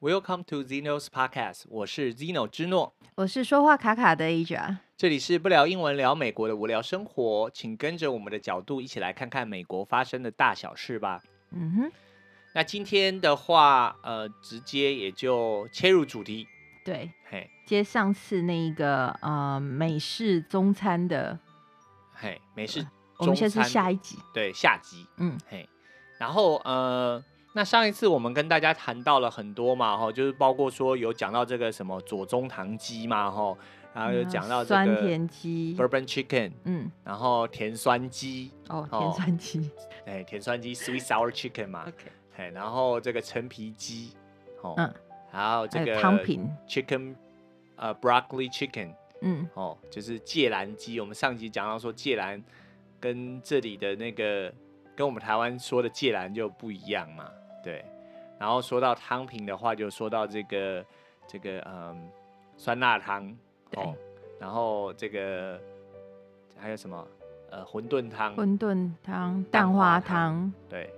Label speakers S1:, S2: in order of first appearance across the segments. S1: Welcome to Zeno's Podcast，我是 Zeno 之诺，
S2: 我是说话卡卡的 Aja。
S1: 这里是不聊英文聊美国的无聊生活，请跟着我们的角度一起来看看美国发生的大小事吧。
S2: 嗯哼，
S1: 那今天的话，呃，直接也就切入主题，
S2: 对，
S1: 嘿，
S2: 接上次那一个呃美式中餐的，
S1: 嘿，美式
S2: 呃我们
S1: 中
S2: 先是
S1: 餐
S2: 下一集。
S1: 对下集，
S2: 嗯，
S1: 嘿，然后呃，那上一次我们跟大家谈到了很多嘛，哈，就是包括说有讲到这个什么左宗棠鸡嘛，哈，然后有讲到这
S2: 嗯酸
S1: 个
S2: 甜鸡，
S1: bourbon chicken，
S2: 嗯，
S1: 然后甜酸鸡，
S2: 哦，
S1: 哦
S2: 甜酸 鸡。
S1: 哎，甜酸 鸡 sweet sour chicken 嘛，
S2: OK，
S1: 哎，然后这个陈皮鸡，哦，
S2: 嗯，
S1: 还有
S2: 还
S1: 这
S2: 有
S1: 个
S2: 汤品，
S1: chicken，呃，broccoli chicken，
S2: 嗯，
S1: 哦，就是芥蓝鸡。我们上集讲到说芥蓝跟这里的那个跟我们台湾说的芥蓝就不一样嘛，对。然后说到汤品的话，就说到这个这个嗯酸辣汤，哦
S2: 对，
S1: 然后这个还有什么呃馄饨汤，
S2: 馄饨汤、
S1: 蛋
S2: 蛋
S1: 花
S2: 花
S1: 汤
S2: 汤，
S1: 对，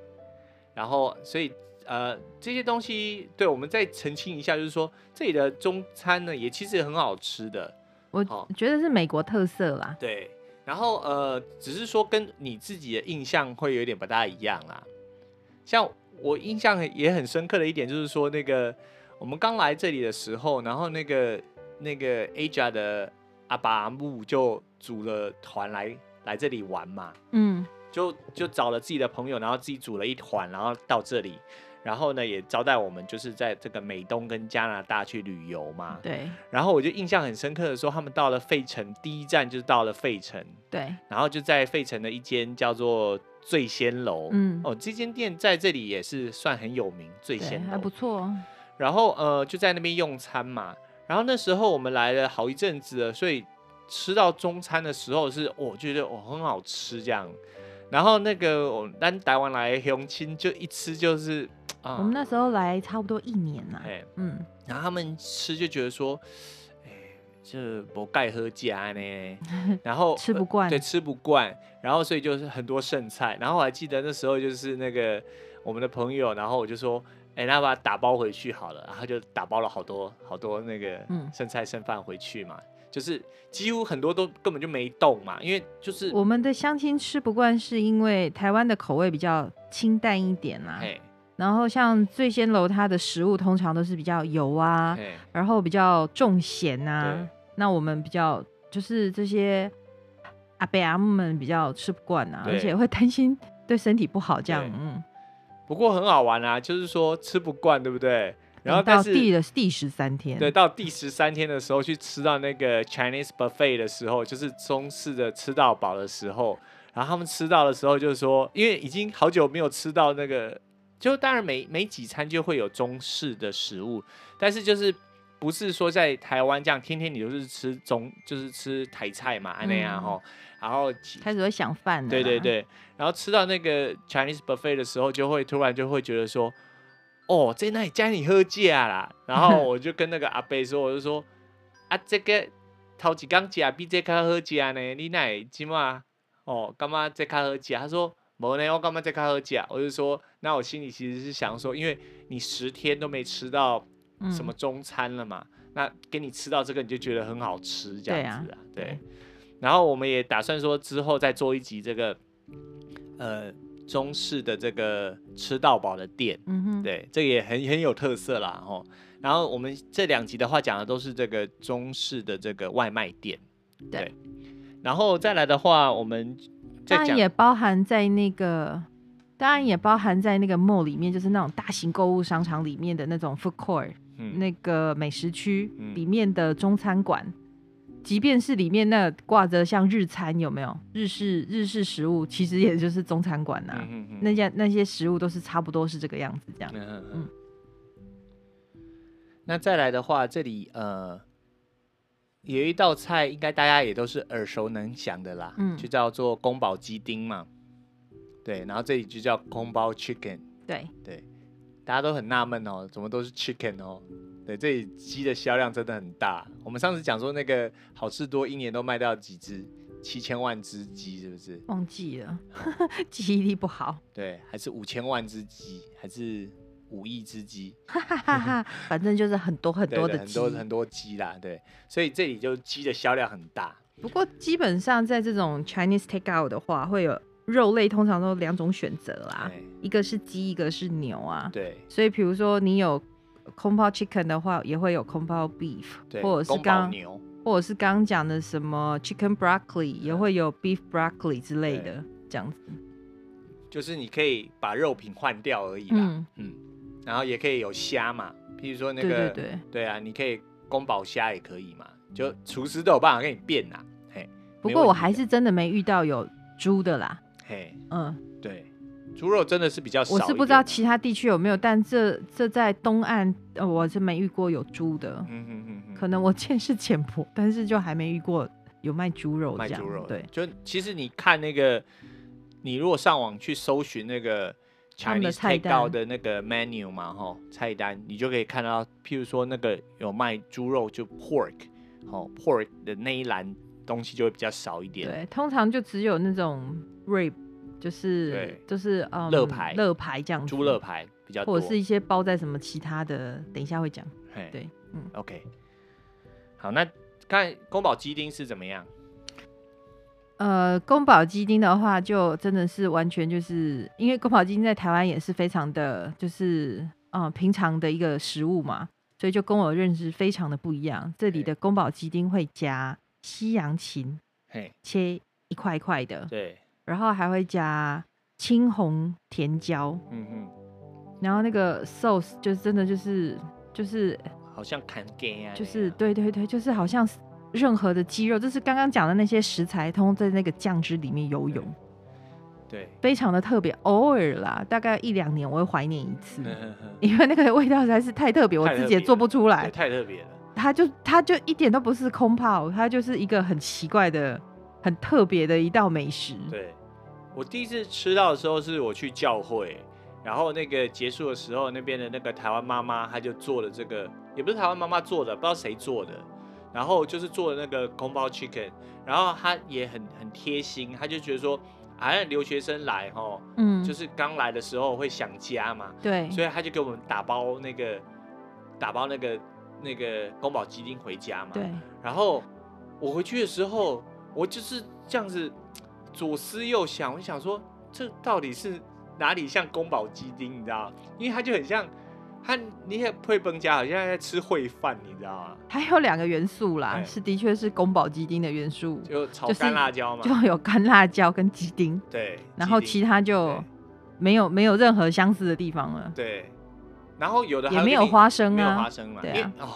S1: 然后所以呃这些东西，对我们再澄清一下，就是说这里的中餐呢也其实也很好吃的，
S2: 我
S1: 好
S2: 觉得是美国特色啦。
S1: 对。然后呃只是说跟你自己的印象会有点不大一样啦。像我印象很也很深刻的一点就是说那个我们刚来这里的时候，然后那个那个 Aja 的阿爸阿木就组了团来来这里玩嘛，
S2: 嗯，
S1: 就就找了自己的朋友，然后自己组了一团，然后到这里，然后呢也招待我们，就是在这个美东跟加拿大去旅游嘛。
S2: 嗯对
S1: 然后我就印象很深刻的说，他们到了费城，第一站就是到了费城，
S2: 对，
S1: 然后就在费城的一间叫做醉仙楼，
S2: 嗯，
S1: 哦，这间店在这里也是算很有名，醉
S2: 对，
S1: 仙
S2: 还
S1: 楼
S2: 不。错哦。
S1: 然后呃就在那边用餐嘛，然后那时候我们来了好一阵子了，所以吃到中餐的时候是我、哦觉得哦很好吃这样，然后那个我们咱台湾来的乡亲就一吃就是啊，
S2: 我们哦那时候来差不多一年啦。
S1: 哎，
S2: 嗯，
S1: 然后他们吃就觉得说，哎这不盖喝家 呢，然后呃
S2: 吃不惯
S1: 哦对，吃不惯，然后所以就是很多剩菜。然后我还记得那时候就是那个我们的朋友，然后我就说，哎，那把它打包回去好了，然后他就打包了好多好多那个
S2: 嗯
S1: 剩菜剩饭回去嘛，就是几乎很多都根本就没动嘛，因为就是
S2: 我们的相亲吃不惯，是因为台湾的口味比较清淡一点啦。
S1: 哎
S2: 然后像醉仙楼，它的食物通常都是比较油啊，
S1: 哎
S2: 然后比较重咸
S1: 对
S2: 啊。那我们比较就是这些阿伯阿姆们比较吃不惯啊，
S1: 对
S2: 而且会担心对身体不好这样
S1: 对。
S2: 嗯，
S1: 不过很好玩啊，就是说吃不惯，对不对？然后
S2: 等
S1: 但
S2: 到
S1: 是
S2: 第了第十三天，
S1: 对，到第十三天的时候去吃到那个 Chinese buffet 的时候，就是中式的吃到饱的时候，然后他们吃到的时候就是说，因为已经好久没有吃到那个，就当然每每几餐就会有中式的食物，但是就是不是说在台湾这样天天你就是吃中就是吃台菜嘛，那样
S2: 嗯
S1: 吼，然后其
S2: 开始会想饭了。
S1: 对对，对，然后吃到那个 Chinese buffet 的时候，就会突然就会觉得说，哦，在那里家里喝假啦。然后我就跟那个阿伯说，我就说，啊，这个头一刚假比这卡好假呢，你哪会今嘛，哦，干嘛这卡好假？他说。没呢，我干嘛这卡喝假？我就说，那我心里其实是想说，因为你十天都没吃到
S2: 嗯
S1: 什么？中餐了嘛，那给你吃到这个你就觉得很好吃这
S2: 对
S1: 样
S2: 啊
S1: 子啊，对。然后我们也打算说之后再做一集这个，呃，中式的这个吃到饱的店，
S2: 嗯哼，
S1: 对，这个也很很有特色啦吼。然后我们这两集的话讲的都是这个中式的这个外卖店，
S2: 对
S1: 然后再来的话，我们
S2: 当
S1: 再
S2: 然
S1: 讲
S2: 也包含在那个，当然也包含在那个 mall 里面，就是那种大型购物商场里面的那种 food court，、
S1: 嗯
S2: 那个美食区
S1: 嗯
S2: 里面的中餐馆，即便是里面那挂着像日餐有没有日式日式食物，其实也就是中餐馆呐、
S1: 嗯嗯嗯
S2: 那家那些食物都是差不多是这个样子，这样。
S1: 嗯嗯
S2: 嗯。
S1: 那再来的话，这里呃有一道菜，应该大家也都是耳熟能详的啦，
S2: 嗯
S1: 就叫做宫保鸡丁嘛。对，然后这里就叫宫保 chicken，
S2: 对，
S1: 对，大家都很纳闷哦，怎么都是 chicken 哦？对，这里鸡的销量真的很大。我们上次讲说那个好事多一年都卖到几只，七千万只鸡是不是？
S2: 忘记了，记忆力不好。
S1: 对，还是五千万只鸡，还是五亿只鸡，
S2: 哈哈哈，反正就是很多很
S1: 对嗯
S2: 多
S1: 对
S2: 的
S1: 很
S2: 鸡。
S1: 多很多鸡啦，对，所以这里就鸡的销量很大，
S2: 不过基本上在这种 Chinese takeout 的话，会有肉类通常都有两种选择啦，
S1: 哎
S2: 一个是鸡，一个是牛啊。
S1: 对
S2: 所以比如说你有空包 chicken 的话，也会有空包 beef，
S1: 对，
S2: 或者是
S1: 宫保
S2: 刚
S1: 牛，
S2: 或者是刚刚讲的什么 chicken broccoli，也会有 beef broccoli 之类
S1: 嗯对
S2: 的这样子。
S1: 就是你可以把肉品换掉而已啦，
S2: 嗯，
S1: 嗯，然后也可以有虾嘛，譬如说那
S2: 对对
S1: 个
S2: 对，
S1: 对啊，你可以宫保虾也可以嘛，就厨师都有办法给你变啦。嘿，
S2: 不
S1: 没
S2: 过
S1: 问
S2: 我
S1: 题
S2: 还
S1: 的
S2: 是真的没遇到有猪的啦。
S1: 嘿，
S2: 嗯，
S1: 对，猪肉真的是比较少一
S2: 我
S1: 点，
S2: 是不知道其他地区有没有，但这这在东岸，呃，我是没遇过有猪的。
S1: 嗯嗯嗯嗯，
S2: 可能我见识浅薄，但是就还没遇过有卖猪肉
S1: 卖
S2: 这样
S1: 猪肉的
S2: 对，
S1: 就其实你看那个，你如果上网去搜寻那个
S2: 他们的
S1: Chinese
S2: 菜
S1: take out
S2: 单
S1: 的那个 menu 嘛，哈，菜单你就可以看到，譬如说那个有卖猪肉就 pork，哦 pork 的那一栏东西就会比较少一点，
S2: 对，通常就只有那种 rib，就是
S1: 对
S2: 就是嗯，
S1: 肋排
S2: 乐牌这样子，
S1: 猪肋排比较多，
S2: 或者是一些包在什么其他的，等一下会讲。
S1: 嘿
S2: 对，嗯，
S1: OK，好，那看宫保鸡丁是怎么样？
S2: 呃，宫保鸡丁的话，就真的是完全就是因为宫保鸡丁在台湾也是非常的，就是呃平常的一个食物嘛，所以就跟我认知非常的不一样。这里
S1: 对
S2: 的宫保鸡丁会加西洋芹，
S1: 嘿，
S2: 切一块一块的，
S1: 对，
S2: 然后还会加青红甜椒，
S1: 嗯嗯，
S2: 然后那个 sauce 就真的就是就是
S1: 好像砍给啊那样，
S2: 就是对对对，就是好像任何的鸡肉，就是刚刚讲的那些食材，通通在那个酱汁里面游泳，
S1: 对，
S2: 非常的特别。偶尔啦，大概一两年我会怀念一 次。
S1: 嗯哼哼
S2: 因为那个味道实在是太特别，我
S1: 太特
S2: 自己也
S1: 别
S2: 做不
S1: 了
S2: 出
S1: 对
S2: 来。
S1: 太特别了，
S2: 它就它就一点都不是空泡，它就是一个很奇怪的、很特别的一道美食。
S1: 对。我第一次吃到的时候是我去教会，然后那个结束的时候，那边的那个台湾妈妈她就做了这个，也不是台湾妈妈做的，不知道谁做的，然后就是做了那个空包 chicken，然后她也很很贴心，她就觉得说，好像留学生来哈，
S2: 嗯，
S1: 就是刚来的时候会想家嘛，
S2: 对，
S1: 所以他就给我们打包那个打包那个那个宫保鸡丁回家嘛。
S2: 对，
S1: 然后我回去的时候，我就是这样子左思右想，我就想说这到底是哪里像宫保鸡丁，你知道吗？因为它就很像。它你也会崩家，好像在吃烩饭，你知道吗？
S2: 还有两个元素啦，
S1: 哎
S2: 是的确是宫保鸡丁的元素，
S1: 就炒
S2: 就是
S1: 干辣椒嘛，
S2: 就有干辣椒跟鸡丁，
S1: 对。
S2: 然后
S1: 鸡
S2: 其
S1: 丁
S2: 他就没有没有任何相似的地方了，
S1: 对，然后有的还
S2: 也
S1: 会
S2: 没
S1: 给
S2: 有
S1: 你
S2: 花生
S1: 没有花
S2: 啊，
S1: 生嘛，
S2: 对
S1: 因为
S2: 啊
S1: 哦，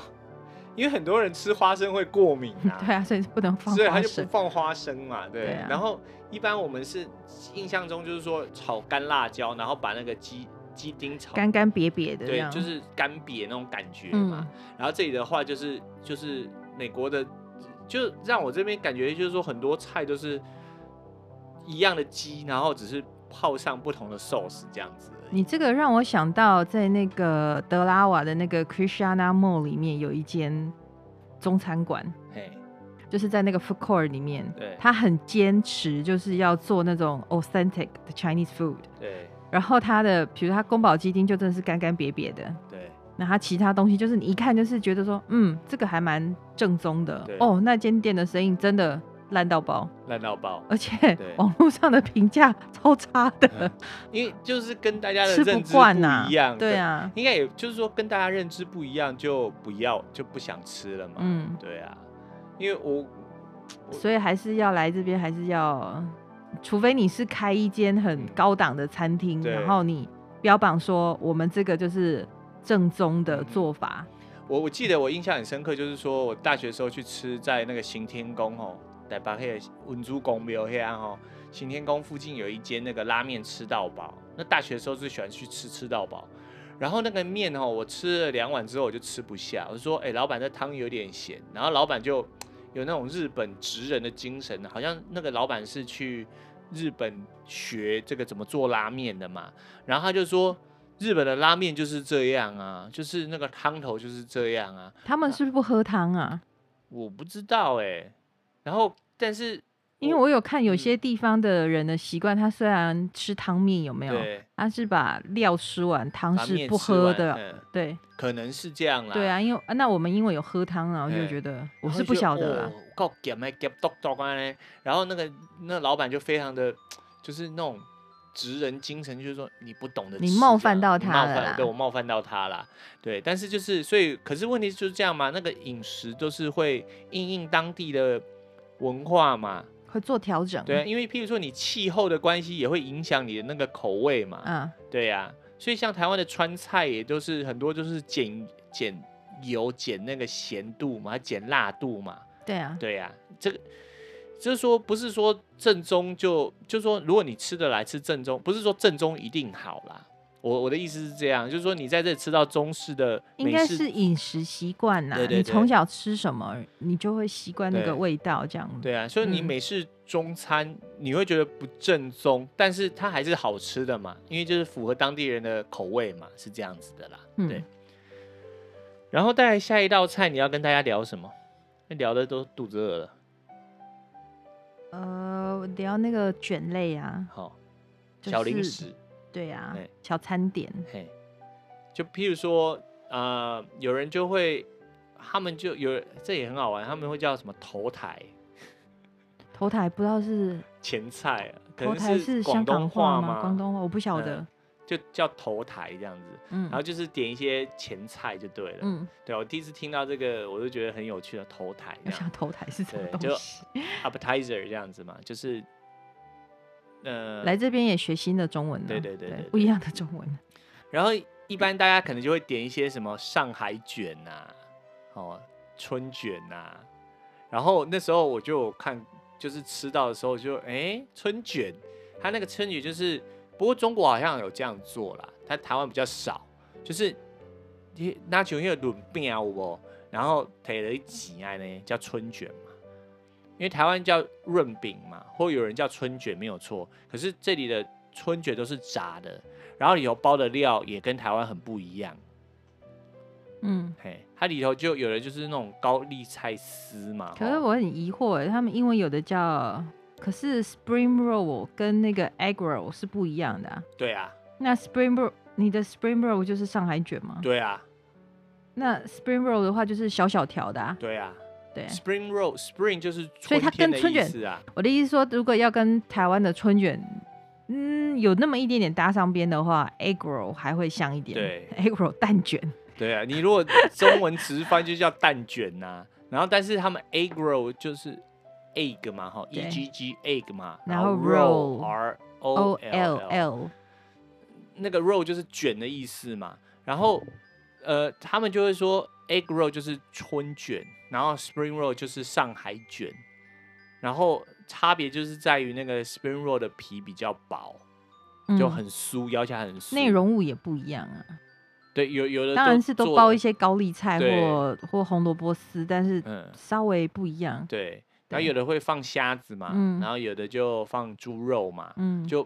S1: 因为很多人吃花生会过敏啊，
S2: 对啊，所以不能放
S1: 所以他
S2: 花
S1: 就不
S2: 生。
S1: 放花生嘛，对。
S2: 对啊
S1: 然后一般我们是印象中就是说炒干辣椒，然后把那个鸡鸡丁炒
S2: 干干瘪瘪的这
S1: 对，
S2: 样，嗯
S1: 就是干瘪那种感觉嘛。然后这里的话就是就是美国的，就让我这边感觉就是说很多菜都是一样的鸡，然后只是泡上不同的 sauce 这样子而已。
S2: 你这个让我想到在那个德拉瓦的那个 Krishna Mall 里面有一间中餐馆，
S1: 嘿，
S2: 就是在那个 food court 里面，
S1: 对
S2: 他很坚持就是要做那种 authentic 的 Chinese food，
S1: 对
S2: 然后它的，比如它宫保鸡丁就真的是干干瘪瘪的，
S1: 对
S2: 那它其他东西就是你一看就是觉得说，嗯，这个还蛮正宗的
S1: 对
S2: 哦。那间店的生意真的烂到爆，
S1: 烂到爆。
S2: 而且
S1: 对
S2: 网络上的评价超差 的
S1: 嗯，因为就是跟大家的
S2: 吃不
S1: 认知
S2: 惯呐、
S1: 不一样，
S2: 对，啊，
S1: 应该也就是说跟大家认知不一样，就不要就不想吃了嘛，
S2: 嗯，
S1: 对啊，因为我
S2: 所以还是要来这边，还是要，除非你是开一间很
S1: 嗯
S2: 高档的餐厅，
S1: 对
S2: 然后你标榜说我们这个就是正宗的做法，
S1: 我我记得我印象很深刻，就是说我大学的时候去吃在那个行天宫哦，在把黑文珠宫庙黑暗哦，行天宫附近有一间那个拉面吃到饱，那大学的时候最喜欢去吃吃到饱。然后那个面哦，我吃了两碗之后我就吃不下，我就说，哎、老板这汤有点咸。然后老板就有那种日本职人的精神，好像那个老板是去日本学这个怎么做拉面的嘛。然后他就说，日本的拉面就是这样啊，就是那个汤头就是这样啊。
S2: 他们是不是不喝汤啊？
S1: 欸我不知道哎、然后但是
S2: 因为我有看有些地方的人的习惯，他虽然吃汤面有没有，
S1: 对，
S2: 他是把料吃完，汤
S1: 把
S2: 是
S1: 面
S2: 不
S1: 吃
S2: 喝
S1: 完
S2: 的，
S1: 嗯
S2: 对
S1: 可能是这样啦。
S2: 对啊，因为啊那我们因为有喝汤啊，我就
S1: 哎
S2: 觉得我
S1: 然后就
S2: 是不
S1: 觉得，
S2: 晓得啦
S1: 哦，够咸的咸笃笃啊嘞。然后那个那老板就非常的，就是那种职人精神，就是说你不懂得吃这
S2: 你
S1: 样，
S2: 冒犯到
S1: 你
S2: 他
S1: 冒
S2: 了
S1: 犯
S2: 啦
S1: 对我冒犯到他啦。对，但是就是所以，可是问题就是这样嘛，那个饮食都是会应应当地的文化嘛，
S2: 会做调整，
S1: 对啊，因为譬如说你气候的关系也会影响你的那个口味嘛，
S2: 嗯，
S1: 对呀、所以像台湾的川菜，也都是很多就是减减油、减那个咸度嘛，减辣度嘛，
S2: 对啊，
S1: 对呀、这个就是说不是说正宗就就说如果你吃得来吃正宗，不是说正宗一定好啦。我我的意思是这样，就是说你在这里吃到中式的
S2: 应
S1: 美
S2: 该
S1: 式
S2: 是饮食习惯呐，
S1: 对对
S2: 你
S1: 对
S2: 从小吃什么，你就会习惯那
S1: 对
S2: 个味道这样子，
S1: 对啊，所以你
S2: 嗯
S1: 美式中餐你会觉得不正宗，但是它还是好吃的嘛，因为就是符合当地人的口味嘛，是这样子的啦。对
S2: 嗯，
S1: 然后带来下一道菜，你要跟大家聊什么？聊的都肚子饿了。
S2: 呃，我聊那个卷类啊，
S1: 好，
S2: 就
S1: 小零
S2: 是
S1: 食，
S2: 对啊
S1: 哎，
S2: 小餐点，
S1: 嘿，就譬如说，呃，有人就会，他们就有，这也很好玩，他们会叫什么头台、
S2: 头台不知道是
S1: 前菜、啊，可
S2: 头台
S1: 能
S2: 是
S1: 广
S2: 香港
S1: 东
S2: 话
S1: 嘛，
S2: 吗？广东话我不晓
S1: 嗯
S2: 得，
S1: 就叫头台这样子，
S2: 嗯
S1: 然后就是点一些前菜就对了。
S2: 嗯，
S1: 对，我第一次听到这个，我就觉得很有趣的头台
S2: 我
S1: 这
S2: 想
S1: 样
S2: 头台是什么
S1: 对
S2: 东
S1: 就
S2: 西？
S1: ，appetizer 这样子嘛，就是，呃，
S2: 来这边也学新的中文了，
S1: 对对对对对
S2: 不一样的中文。
S1: 然后一般大家可能就会点一些什么上海卷呐、哦春卷呐、然后那时候我就有看，就是吃到的时候就哎春卷，它那个春卷就是，不过中国好像有这样做啦，它台湾比较少，就是你拿球因为轮饼啊有无，然后提了一挤啊呢叫春卷嘛。因为台湾叫润饼嘛，或有人叫春卷，没有错。可是这里的春卷都是炸的，然后里头包的料也跟台湾很不一样，
S2: 嗯，
S1: 嘿，它里头就有的就是那种高丽菜丝嘛，
S2: 可是
S1: 吼
S2: 我很疑惑欸，他们英文有的叫，可是 spring roll 跟那个 egg roll 是不一样的、啊。
S1: 对啊，
S2: 那 spring roll，你的 spring roll 就是上海卷吗？
S1: 对啊，
S2: 那 spring roll 的话就是小小条的、啊，
S1: 对啊
S2: 对。
S1: ，spring roll，spring 就是
S2: 所
S1: 春
S2: 以它
S1: 天
S2: 跟
S1: 的
S2: 春
S1: 意
S2: 卷
S1: 思啊，
S2: 我的意思说，如果要跟台湾的春卷，嗯，有那么一点点搭上边的话，egg roll 还会像一点。
S1: 对
S2: ，egg roll 蛋卷，
S1: 对啊，你如果中文直翻就叫蛋卷呐、然后但是他们 egg roll 就是 egg 嘛，哈
S2: 对
S1: ，e g g egg 嘛，
S2: 然
S1: 后
S2: 后 roll
S1: r
S2: O
S1: o
S2: L
S1: l
S2: L，
S1: 那个 roll 就是卷的意思嘛，然后呃，他们就会说 egg roll 就是春卷，然后 spring roll 就是上海卷，然后差别就是在于那个 spring roll 的皮比较薄，
S2: 嗯
S1: 就很酥，咬起来很酥。
S2: 内容物也不一样啊。
S1: 对，有有的
S2: 当然是都
S1: 做
S2: 包
S1: 得
S2: 一，些高丽菜
S1: 对
S2: 或或红萝卜丝，但是
S1: 嗯，
S2: 稍微不一样。
S1: 对，然后有的会放虾子嘛，
S2: 嗯
S1: 然后有的就放猪肉嘛，
S2: 嗯，
S1: 就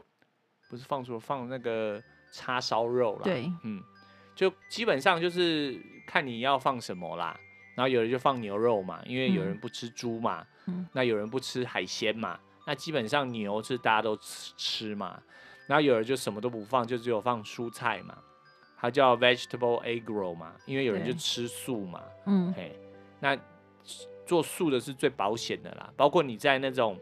S1: 不是放猪肉，放那个叉烧肉啦。
S2: 对，
S1: 嗯，就基本上就是看你要放什么啦。然后有人就放牛肉嘛，因为有人
S2: 嗯
S1: 不吃猪嘛，
S2: 嗯
S1: 那有人不吃海鲜嘛，那基本上牛是大家都吃吃嘛。然后有人就什么都不放，就只有放蔬菜嘛，它叫 vegetable egg roll 嘛，因为有人就
S2: 对
S1: 吃素嘛，
S2: 嗯
S1: 嘿，那做素的是最保险的啦，包括你在那种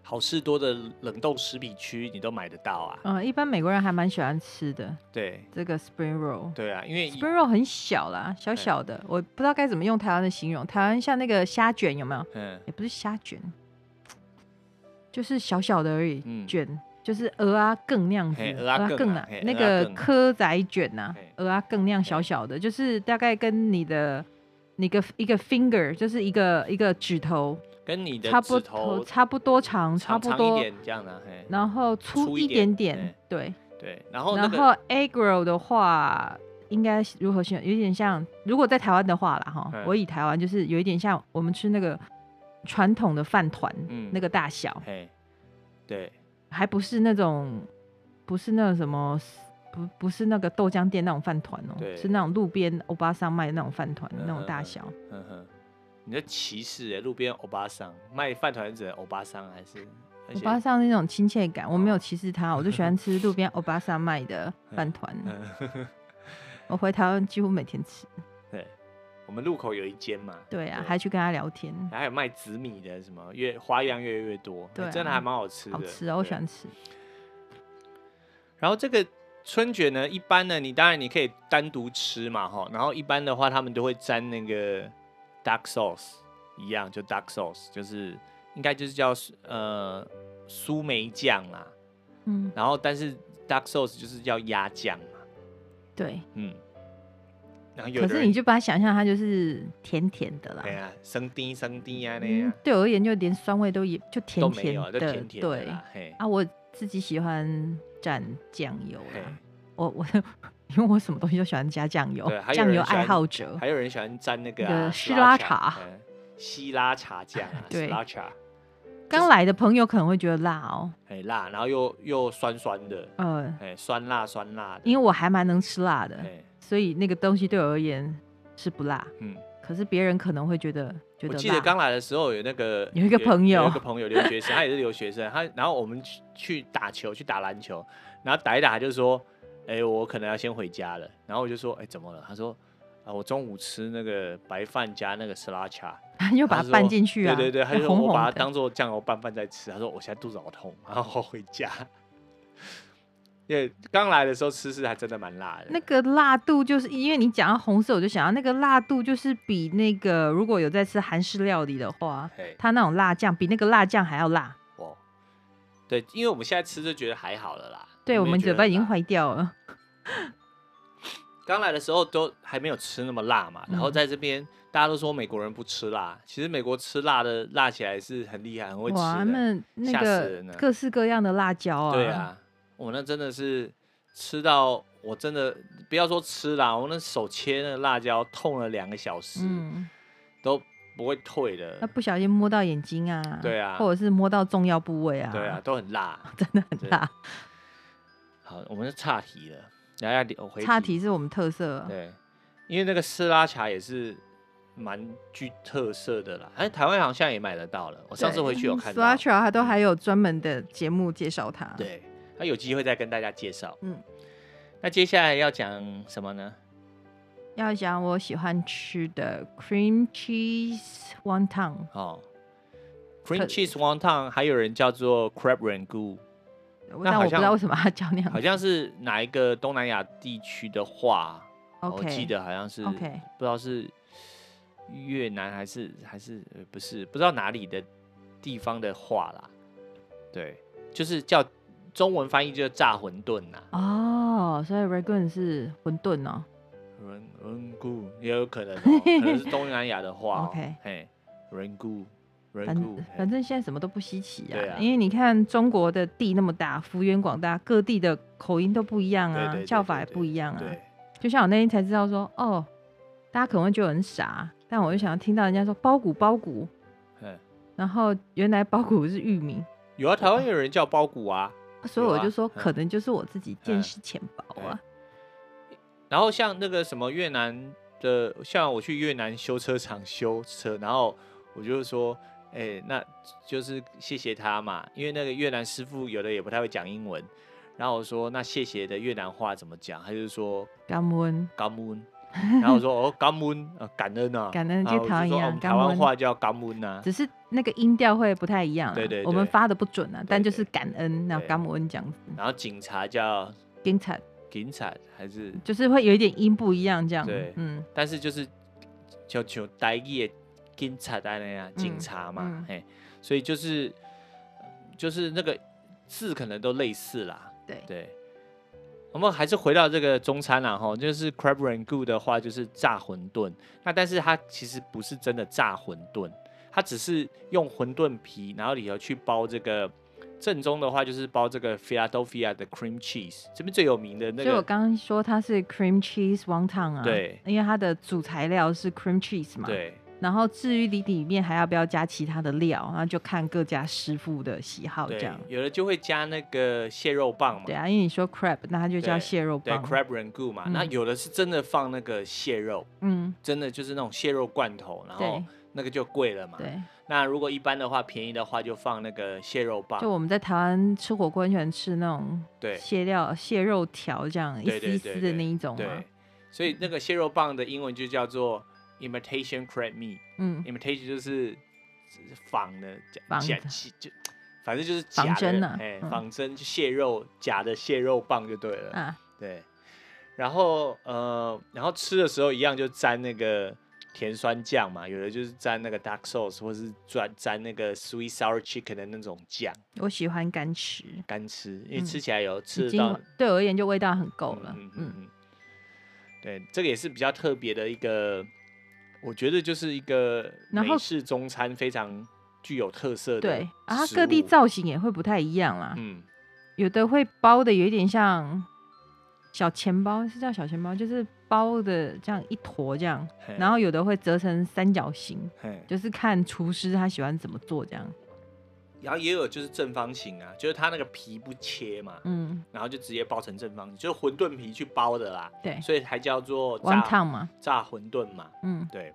S1: 好事多的冷冻食品区，你都买得到啊。
S2: 呃，一般美国人还蛮喜欢吃的
S1: 对
S2: 这个 spring roll。
S1: 对啊，因为以
S2: spring roll 很小啦，小小的，我不知道该怎么用台湾的形容。台湾像那个虾卷有没有？
S1: 嗯
S2: 也不是虾卷，就是小小的而已，
S1: 嗯
S2: 卷就是鹅啊更那样子，
S1: 嘿
S2: 鹅
S1: 蚵仔
S2: 啊
S1: 羹
S2: 更
S1: 啊
S2: 啊
S1: 嘿，
S2: 那
S1: 蚵仔
S2: 个
S1: 羹
S2: 蚵仔卷呐
S1: 嘿，
S2: 鹅啊更那样小小的，就是大概跟你的。你个一个 finger 就是一个一个指头，
S1: 跟你的
S2: 差不
S1: 指
S2: 多
S1: 头
S2: 差不多长，
S1: 长
S2: 差不
S1: 长一
S2: 多，
S1: 点这样的、啊嘿，
S2: 然后粗
S1: 粗
S2: 一
S1: 一
S2: 点
S1: 点
S2: 点，对。
S1: 对，然后那
S2: 然
S1: 个
S2: 后 agro 的话，应该是如何形容？有点像，如果在台湾的话啦，哈，
S1: 嗯
S2: 我以台湾就是有一点像我们吃那个传统的饭团、
S1: 嗯
S2: 那个大小，
S1: 嘿，对
S2: 还不是那种，不是那种什么。不不是那个豆浆店那种饭团哦，
S1: 对
S2: 是那种路边欧巴桑卖的那种饭团、
S1: 嗯
S2: 那种
S1: 嗯
S2: 大
S1: 嗯
S2: 小，
S1: 嗯哼，你在歧视哎、路边欧巴桑卖饭团子的欧巴桑还是？而
S2: 欧
S1: 且
S2: 巴桑那种亲切感，我
S1: 哦
S2: 没有歧视他，我就喜欢吃路边欧巴桑卖 的饭团，
S1: 嗯
S2: 我回台湾几乎每天吃。
S1: 对，我们路口有一间嘛，
S2: 对啊，还去跟他聊天，
S1: 还有卖紫米的，什么越花样越来越多，
S2: 对啊
S1: 真的还蛮好吃的，
S2: 好吃哦，我
S1: 对
S2: 喜欢吃。
S1: 然后这个春卷呢，一般呢，你当然你可以单独吃嘛，哈。然后一般的话，他们都会沾那个 dark sauce，一样就 dark sauce，就是应该就是叫呃苏梅酱啦。
S2: 嗯，
S1: 然后但是 dark sauce 就是叫鸭酱嘛，
S2: 对。
S1: 嗯。然后有
S2: 可
S1: 的
S2: 是
S1: 人
S2: 你就把它想象它就是甜甜的啦
S1: 哎。呀，生丁生丁啊那
S2: 嗯
S1: 样、，
S2: 对我而言，就连酸味都也就甜
S1: 都没
S2: 嗯甜
S1: 有啊，就
S2: 的，
S1: 甜甜的
S2: 对
S1: 啦，嘿。
S2: 啊，我自己喜欢蘸酱油
S1: 嘿
S2: 啦。我我因为我什么东西都喜欢加酱油
S1: 对还，有
S2: 酱
S1: 人
S2: 油
S1: 喜欢
S2: 爱好者。
S1: 还有人喜欢沾那个、
S2: 那
S1: 啊、
S2: 个
S1: 希
S2: 希拉茶
S1: 嗯，希拉茶酱啊，希
S2: 对
S1: 拉茶，
S2: 刚来的朋友可能会觉得辣哦，
S1: 很辣，然后又又酸酸的，
S2: 呃，
S1: 哎，酸辣酸辣的，
S2: 因为我还蛮能吃辣的，
S1: 哎，
S2: 所以那个东西对我而言是不辣，
S1: 嗯，
S2: 可是别人可能会觉得觉
S1: 我
S2: 得
S1: 记得
S2: 辣。
S1: 刚来的时候有那个
S2: 有一个朋友
S1: 有一个朋友留学生，他也是留学生，他然后我们去去打球，去打篮球，然后打一打他就说，哎，我可能要先回家了，然后我就说，哎，怎么了？他说。啊，我中午吃那个白饭加那个斯拉茶， 就
S2: 又把它拌进去啊，
S1: 对对对，他就说
S2: 红
S1: 我把它
S2: 红的。
S1: 当做酱油拌饭在吃。他说我现在肚子好痛，然后我回家。 因为刚来的时候吃是还真的蛮辣的。
S2: 那个辣度就是因为你讲到红色，我就想到那个辣度就是比那个如果有在吃韩式料理的话，
S1: 哎，
S2: 它那种辣酱比那个辣酱还要辣。
S1: 哦，对，因为我们现在吃就觉得还好了啦。
S2: 对我
S1: 没有
S2: 们
S1: 觉得
S2: 嘴巴已经
S1: 辣
S2: 坏掉了。
S1: 刚来的时候都还没有吃那么辣嘛，然后
S2: 嗯
S1: 在这边大家都说美国人不吃辣，其实美国吃辣的辣起来是很厉害，很会吃
S2: 哇，他
S1: 的。
S2: 们那
S1: 吓死
S2: 个
S1: 人了
S2: 各式各样的辣椒啊，
S1: 对，啊，我那真的是吃到我真的不要说吃啦，我那手切那个辣椒痛了两个小时，
S2: 嗯，
S1: 都不会退的
S2: 那。不小心摸到眼睛啊，
S1: 对啊
S2: 或者是摸到重要部位啊，
S1: 对啊，，都很 辣。
S2: 真的很
S1: 对
S2: 辣。
S1: 好，我们是岔题了，来来，我回
S2: 差题是我们特色，
S1: 对，因为那个斯拉茶也是蛮具特色的啦，哎，台湾好像也买得到了，我上次回去有看
S2: s
S1: 到嗯
S2: w a。t c h 它嗯都还有专门的节目介绍它。，
S1: 对，那有机会再跟大家介绍。
S2: 嗯，
S1: 那接下来要讲什么呢？
S2: 要讲我喜欢吃的 cream cheese wonton，
S1: 哦，cream
S2: 特
S1: cheese wonton，还有人叫做 crab rangoon，
S2: 但我
S1: 好
S2: 不
S1: 像
S2: 知道为什么它叫那样
S1: 好
S2: 子。
S1: 像是哪一个东南亚地区的话，哦我记
S2: OK
S1: 得好像是
S2: OK，
S1: 不知道是越南还是还是呃不是不知道哪里的地方的话啦。对，就是叫中文翻译就是炸馄饨呐、
S2: 哦，所以 ragun 是馄饨哦。
S1: 人人固也有可 能、哦，可能是东南亚的话、哦。
S2: OK
S1: 嘿，人固人固
S2: 反，反
S1: 嘿
S2: 正现在什么都不稀奇啊，
S1: 对啊
S2: 因为你看中国的地那么大，幅员广大，各地的口音都不一样啊，
S1: 对对对
S2: 叫法也
S1: 对
S2: 不一样啊。
S1: 对，
S2: 就像我那天才知道说，哦，大家可能会觉得我很傻，但我就想要听到人家说包谷包谷，
S1: 嗯，
S2: 然后原来包谷是玉米，
S1: 有啊，台湾有人叫包谷啊。
S2: 所以我
S1: 有啊
S2: 就说
S1: 嗯
S2: 可能就是我自己见
S1: 嗯
S2: 识浅薄啊。
S1: 然后像那个什么越南的，呃像我去越南修车厂修车，然后我就说，哎、那就是谢谢他嘛，因为那个越南师傅有的也不太会讲英文，然后我说那谢谢的越南话怎么讲，他就说
S2: 感恩，
S1: 感 恩，然后我说哦感恩啊感恩啊，
S2: 感恩
S1: 然
S2: 就
S1: 后我
S2: 台湾一
S1: 说哦我
S2: 样
S1: 们
S2: 感
S1: 台湾
S2: 恩
S1: 话叫感恩呐、啊，
S2: 只是那个音调会不太一样、啊，
S1: 对对
S2: 我们
S1: 对
S2: 发的不准啊，但
S1: 对
S2: 就是感恩，然后
S1: 对
S2: 感恩这样子，
S1: 然后警察叫
S2: 警察
S1: 警察还是，
S2: 就是会有一点音不一样这样，
S1: 对
S2: 嗯，
S1: 但是就是就就台语的警察安那样，警察嘛，
S2: 嗯
S1: 嘿，所以就是嗯就是那个字可能都类似啦，
S2: 对，
S1: 对。我们还是回到这个中餐啦，哈，就是 crab rangoon 的话，就是炸馄饨。那但是它其实不是真的炸馄饨，它只是用馄饨皮，然后里头去包这个正宗的话，就是包这个 Philadelphia 的 cream cheese，这边最有名的那
S2: 所以我
S1: 个，
S2: 刚刚说它是 cream cheese wonton 啊，
S1: 对，
S2: 因为它的主材料是 cream cheese 嘛，。
S1: 对
S2: 然后至于你里面还要不要加其他的料，然后就看各家师傅的喜好这
S1: 对
S2: 样。，
S1: 有的就会加那个蟹肉棒嘛
S2: 对，啊，因为你说 crab，那它就叫
S1: 对
S2: 蟹肉
S1: 对
S2: 棒。
S1: crab rangoon 嘛，
S2: 嗯
S1: 那有的是真的放那个蟹肉，
S2: 嗯，
S1: 真的就是那种蟹肉罐头，然后
S2: 对，
S1: 那个就贵了嘛。
S2: 对，
S1: 那如果一般的话，便宜的话就放那个蟹肉棒
S2: 就，我们在台湾吃火锅很喜欢吃那种
S1: 对
S2: 蟹料、蟹肉条这样一
S1: 对
S2: 丝
S1: 对
S2: 一
S1: 对
S2: 丝的那一种嘛
S1: 对。，所以那个蟹肉棒的英文就叫做 imitation crab meat。
S2: 嗯，
S1: imitation 就是仿的，假
S2: 仿
S1: 假
S2: 的
S1: 其就反正就是
S2: 仿
S1: 假的
S2: 真啊
S1: 哎，
S2: 嗯
S1: 仿真就蟹肉假的蟹肉棒就对了，
S2: 啊，
S1: 对。然后呃，然后吃的时候一样就沾那个甜酸酱嘛，有的就是沾那个 dark sauce，或是沾沾那个 sweet sour chicken 的那种酱
S2: 我喜欢干吃，
S1: 干吃，因为
S2: 嗯
S1: 吃起来有
S2: 已
S1: 吃得到
S2: 经对我而言就味道很够了。
S1: 嗯嗯
S2: 嗯，
S1: 嗯，对，这个也是比较特别的一个，我觉得就是一个
S2: 然后
S1: 美式中餐非常具有特色的
S2: 对，啊，它
S1: 食
S2: 各地
S1: 物，
S2: 造型也会不太一样啦。
S1: 嗯，
S2: 有的会包的有一点像小钱包，是叫小钱包，就是包的这样一坨这样，
S1: 嘿
S2: 然后有的会折成三角形，
S1: 嘿
S2: 就是看厨师他喜欢怎么做这样。
S1: 然后也有就是正方形啊，就是它那个皮不切嘛，
S2: 嗯，
S1: 然后就直接包成正方形，就是馄饨皮去包的啦，
S2: 对
S1: 所以还叫做
S2: ，one
S1: 炸
S2: time 嘛，
S1: 炸馄饨嘛，
S2: 嗯，
S1: 对。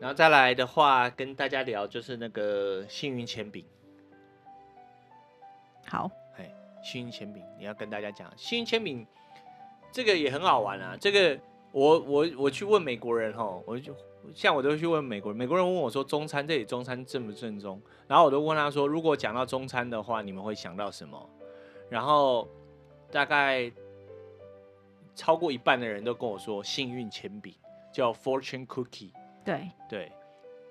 S1: 然后再来的话，跟大家聊就是那个幸运煎饼。
S2: 好，
S1: 哎，幸运铅饼，你要跟大家讲，幸运铅饼这个也很好玩啊。这个我我我去问美国人吼，我就像我都去问美国人，美国人问我说中餐这里中餐正不正宗，然后我都问他说，如果讲到中餐的话，你们会想到什么？然后大概超过一半的人都跟我说幸运铅饼叫 fortune cookie，
S2: 对，
S1: 对，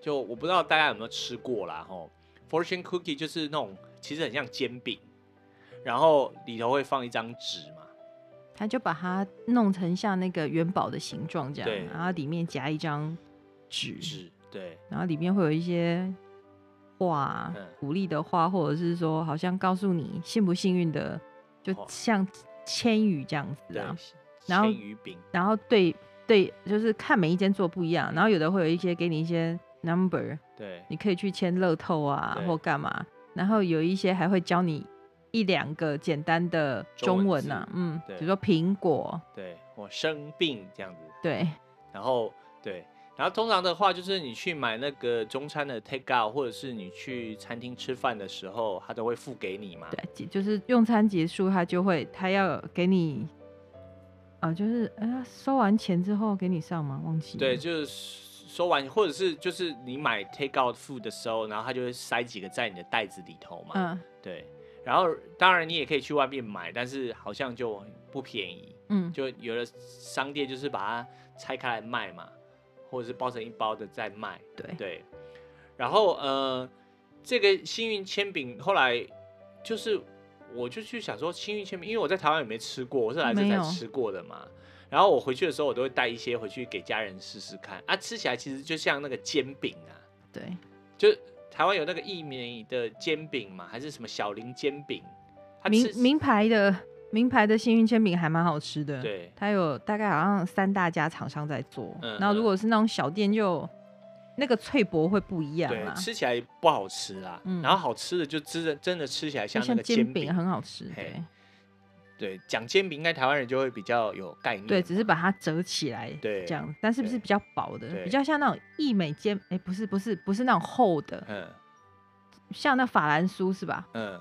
S1: 就我不知道大家有没有吃过啦，吼，fortune cookie 就是那种其实很像煎饼，然后里头会放一张纸嘛，
S2: 他就把它弄成像那个元宝的形状这
S1: 对
S2: 样，然后里面夹一张纸，
S1: 纸，对，
S2: 然后里面会有一些画
S1: 嗯，
S2: 鼓励的话，或者是说好像告诉你幸不幸运的，就
S1: 话
S2: 像千语这样子
S1: 对
S2: 啊。，然后
S1: 鲜鱼饼，
S2: 然后对对，就是看每一间做不一样，然后有的会有一些给你一些 number，
S1: 对，
S2: 你可以去签乐透啊
S1: 对
S2: 或干嘛，然后有一些还会教你一两个简单的
S1: 中
S2: 中
S1: 文
S2: 文啊，嗯，比
S1: 对
S2: 如说苹果，
S1: 对我生病这样子，
S2: 对，
S1: 然后对，然后通常的话就是你去买那个中餐的 take out，或者是你去餐厅吃饭的时候，他都会付给你嘛，
S2: 对，结就是用餐结束，他就会他要给你，啊、就是哎呀，收完钱之后给你上吗？忘记了
S1: 对，就是收完，或者是就是你买 take out food 的时候，然后他就会塞几个在你的袋子里头嘛，
S2: 嗯
S1: 对，然后当然你也可以去外面买，但是好像就不便宜，
S2: 嗯，
S1: 就有的商店就是把它拆开来卖嘛，或者是包成一包的再卖。
S2: 对，
S1: 对，然后呃，这个幸运铅饼后来就是我就去想说幸运铅饼，因为我在台湾也没吃过，我是来这
S2: 没
S1: 才
S2: 有
S1: 吃过的嘛。然后我回去的时候，我都会带一些回去给家人试试看啊，吃起来其实就像那个煎饼啊，
S2: 对，
S1: 就台湾有那个薏米的煎饼嘛，还是什么小林煎饼，它
S2: 名
S1: 吃
S2: 名牌的名牌的幸运煎饼还蛮好吃的，。
S1: 对
S2: 它有大概好像三大家厂商在做，
S1: 嗯
S2: 然后
S1: 嗯
S2: 如果是那种小店就那个脆薄会不一样
S1: 对
S2: 啦，，
S1: 吃起来不好吃啦，
S2: 啊嗯
S1: 然后好吃的就真的真的吃起来
S2: 就
S1: 像那个
S2: 煎
S1: 饼，
S2: 很好吃，
S1: 嘿
S2: 对
S1: 对，讲煎饼应该台湾人就会比较有概念，
S2: 对，只是把它折起来，
S1: 嗯对
S2: 这样，但是不是
S1: 对
S2: 比较薄的，
S1: 对
S2: 比较像那种意美煎，哎、不是不是不是那种厚的，
S1: 嗯
S2: 像那法兰酥是吧？
S1: 嗯，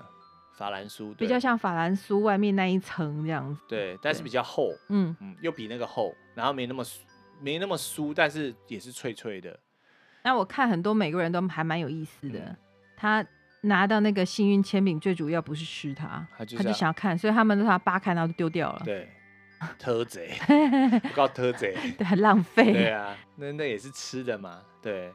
S1: 法兰酥
S2: 比
S1: 对
S2: 较像法兰酥外面那一层这样子，
S1: 对，但是
S2: 对
S1: 比较厚，
S2: 嗯，
S1: 嗯，又比那个厚，然后没那么酥没那么酥，但是也是脆脆的，
S2: 那我看很多美国人都还蛮有意思的，
S1: 嗯
S2: 他。拿到那个幸运铅饼，最主要不是吃它，
S1: 他就是
S2: 他就
S1: 要
S2: 想要看，所以他们都把它扒开，然后就丢掉了，
S1: 对，偷贼， 不告偷贼。
S2: 对，很浪费。
S1: 对啊，那那也是吃的嘛。对，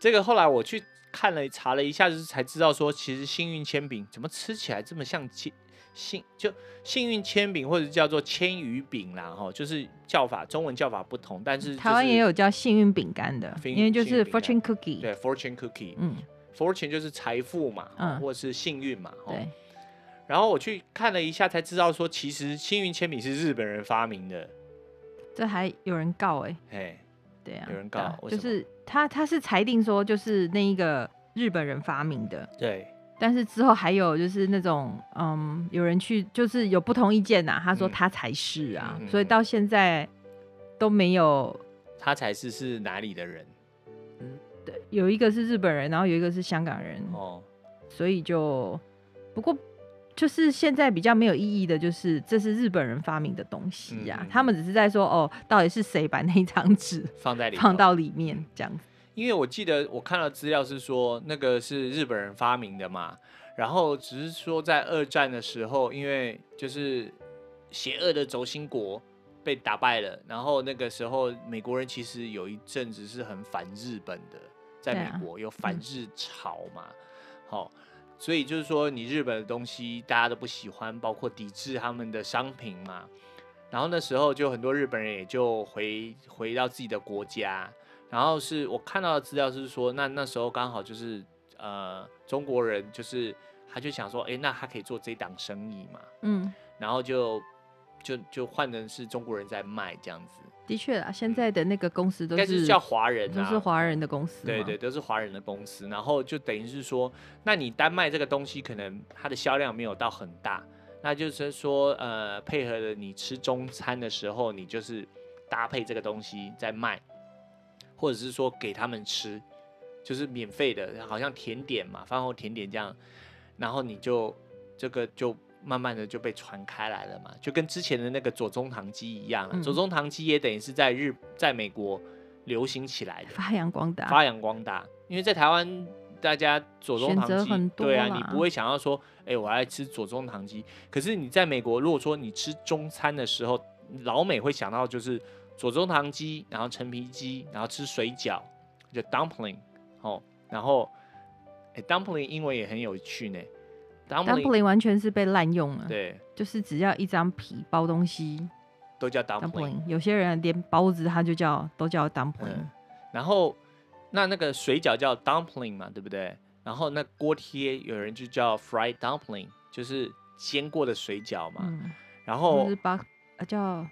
S1: 这个后来我去看了查了一下，就是才知道说，其实幸运铅饼怎么吃起来这么像铅幸就幸运铅饼或者叫做千鱼饼啦，哈，就是叫法中文叫法不同，但是、
S2: 台湾也有叫幸运饼干的，
S1: 幸
S2: 因为就
S1: 幸
S2: 是
S1: 运饼干
S2: fortune cookie。
S1: 对 fortune cookie，fortune、
S2: 嗯，
S1: 就是财富嘛，齁
S2: 嗯
S1: 或者是幸运嘛，齁
S2: 对，
S1: 然后我去看了一下，才知道说，其实幸运铅饼是日本人发明的，
S2: 这还有人告哎、
S1: 嘿，
S2: 对啊，
S1: 有人告
S2: 对啊
S1: 为
S2: 就
S1: 什么
S2: 是他他是裁定说就是那一个日本人发明的，
S1: 对，
S2: 但是之后还有就是那种嗯，有人去就是有不同意见呐、他说
S1: 嗯
S2: 他才是啊，
S1: 嗯嗯
S2: 所以到现在都没有
S1: 他才是是哪里的人
S2: 对，有一个是日本人，然后有一个是香港人，
S1: 哦。
S2: 所以就不过就是现在比较没有意义的，就是这是日本人发明的东西呀、
S1: 嗯嗯嗯
S2: 他们只是在说哦，到底是谁把那一张纸
S1: 放在里头
S2: 放到里面这样子？
S1: 因为我记得我看到资料是说那个是日本人发明的嘛，然后只是说在二战的时候，因为就是邪恶的轴心国被打败了，然后那个时候美国人其实有一阵子是很反日本的，在
S2: 对
S1: 美
S2: 啊
S1: 国、有反
S2: 嗯
S1: 日潮嘛，好、所以就是说你日本的东西大家都不喜欢，包括抵制他们的商品嘛，然后那时候就很多日本人也就回回到自己的国家，然后是我看到的资料是说，那那时候刚好就是呃中国人就是他就想说，诶，那他可以做这档生意嘛，
S2: 嗯，
S1: 然后就就就换成是中国人在卖这样子，
S2: 的确啊，现在的那个公司都
S1: 应该是叫华人
S2: 都
S1: 啊，
S2: 是华人的公司，
S1: 对对，，都是华人的公司，然后就等于是说，那你单卖这个东西，可能它的销量没有到很大，那就是说，呃，配合了你吃中餐的时候，你就是搭配这个东西在卖，或者是说给他们吃，就是免费的，好像甜点嘛，饭后甜点这样，然后你就这个就。慢慢的就被传开来了嘛，就跟之前的那个左宗棠鸡一样了。啊左
S2: 嗯
S1: 宗棠鸡也等于是在日，在美国流行起来的。
S2: 发扬光大，
S1: 发扬光大。因为在台湾，大家左宗
S2: 选择
S1: 棠
S2: 很
S1: 鸡，
S2: 多
S1: 对啊，
S2: 啦
S1: 你不会想要说，哎、我爱吃左宗棠鸡。可是你在美国，如果说你吃中餐的时候，老美会想到就是左宗棠鸡，然后陈皮鸡，然后吃水饺，就 dumpling，哦，然后，哎、d u m p l i n g 英文也很有趣呢，dumpling，
S2: dumpling 完全是被滥用了，
S1: 对，
S2: 就是只要一张皮包东西
S1: 都叫 dumpling。
S2: dumpling，有些人连包子他就叫都叫 dumpling，、
S1: 嗯，然后那那个水饺叫 dumpling 嘛，对不对？然后那锅贴有人就叫 fried dumpling，就是煎过的水饺嘛。
S2: 嗯，
S1: 然
S2: 就
S1: 后
S2: 是把呃叫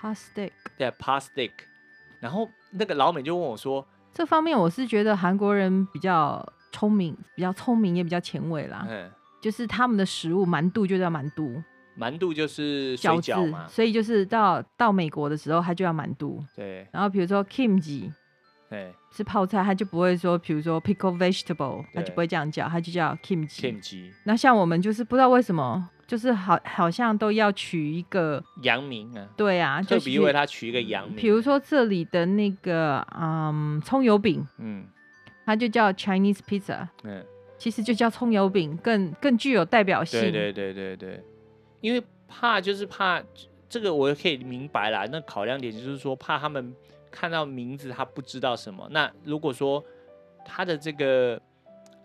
S2: hot steak。
S1: 对 pastic，然后那个老美就问我说
S2: 这方面我是觉得韩国人比较聪明，比较聪明也比较前卫：“啦。
S1: 嗯，
S2: 就是他们的食物馒度就叫馒度，
S1: 馒度就是水
S2: 饺
S1: 饺
S2: 子，
S1: 嘛，
S2: 所以就是到到美国的时候，他就要馒度。
S1: 对
S2: 然后比如说 kimchi
S1: 对
S2: 是泡菜，他就不会说，比如说 pickle vegetable，他就
S1: 对
S2: 不会这样叫，他就叫 kimchi。
S1: ，kimchi
S2: 那像我们就是不知道为什么，就是好好像都要取一个
S1: 洋名啊，
S2: 对啊，就
S1: 特
S2: 是嗯
S1: 别为他取一个洋名，
S2: 比如说这里的那个嗯葱油饼，
S1: 嗯
S2: 它就叫 Chinese pizza。
S1: 嗯，
S2: 其实就叫葱油饼更更具有代表性。
S1: 对对对对对，因为怕就是怕这个，我也可以明白啦。那考量点就是说，怕他们看到名字他不知道什么。那如果说他的这个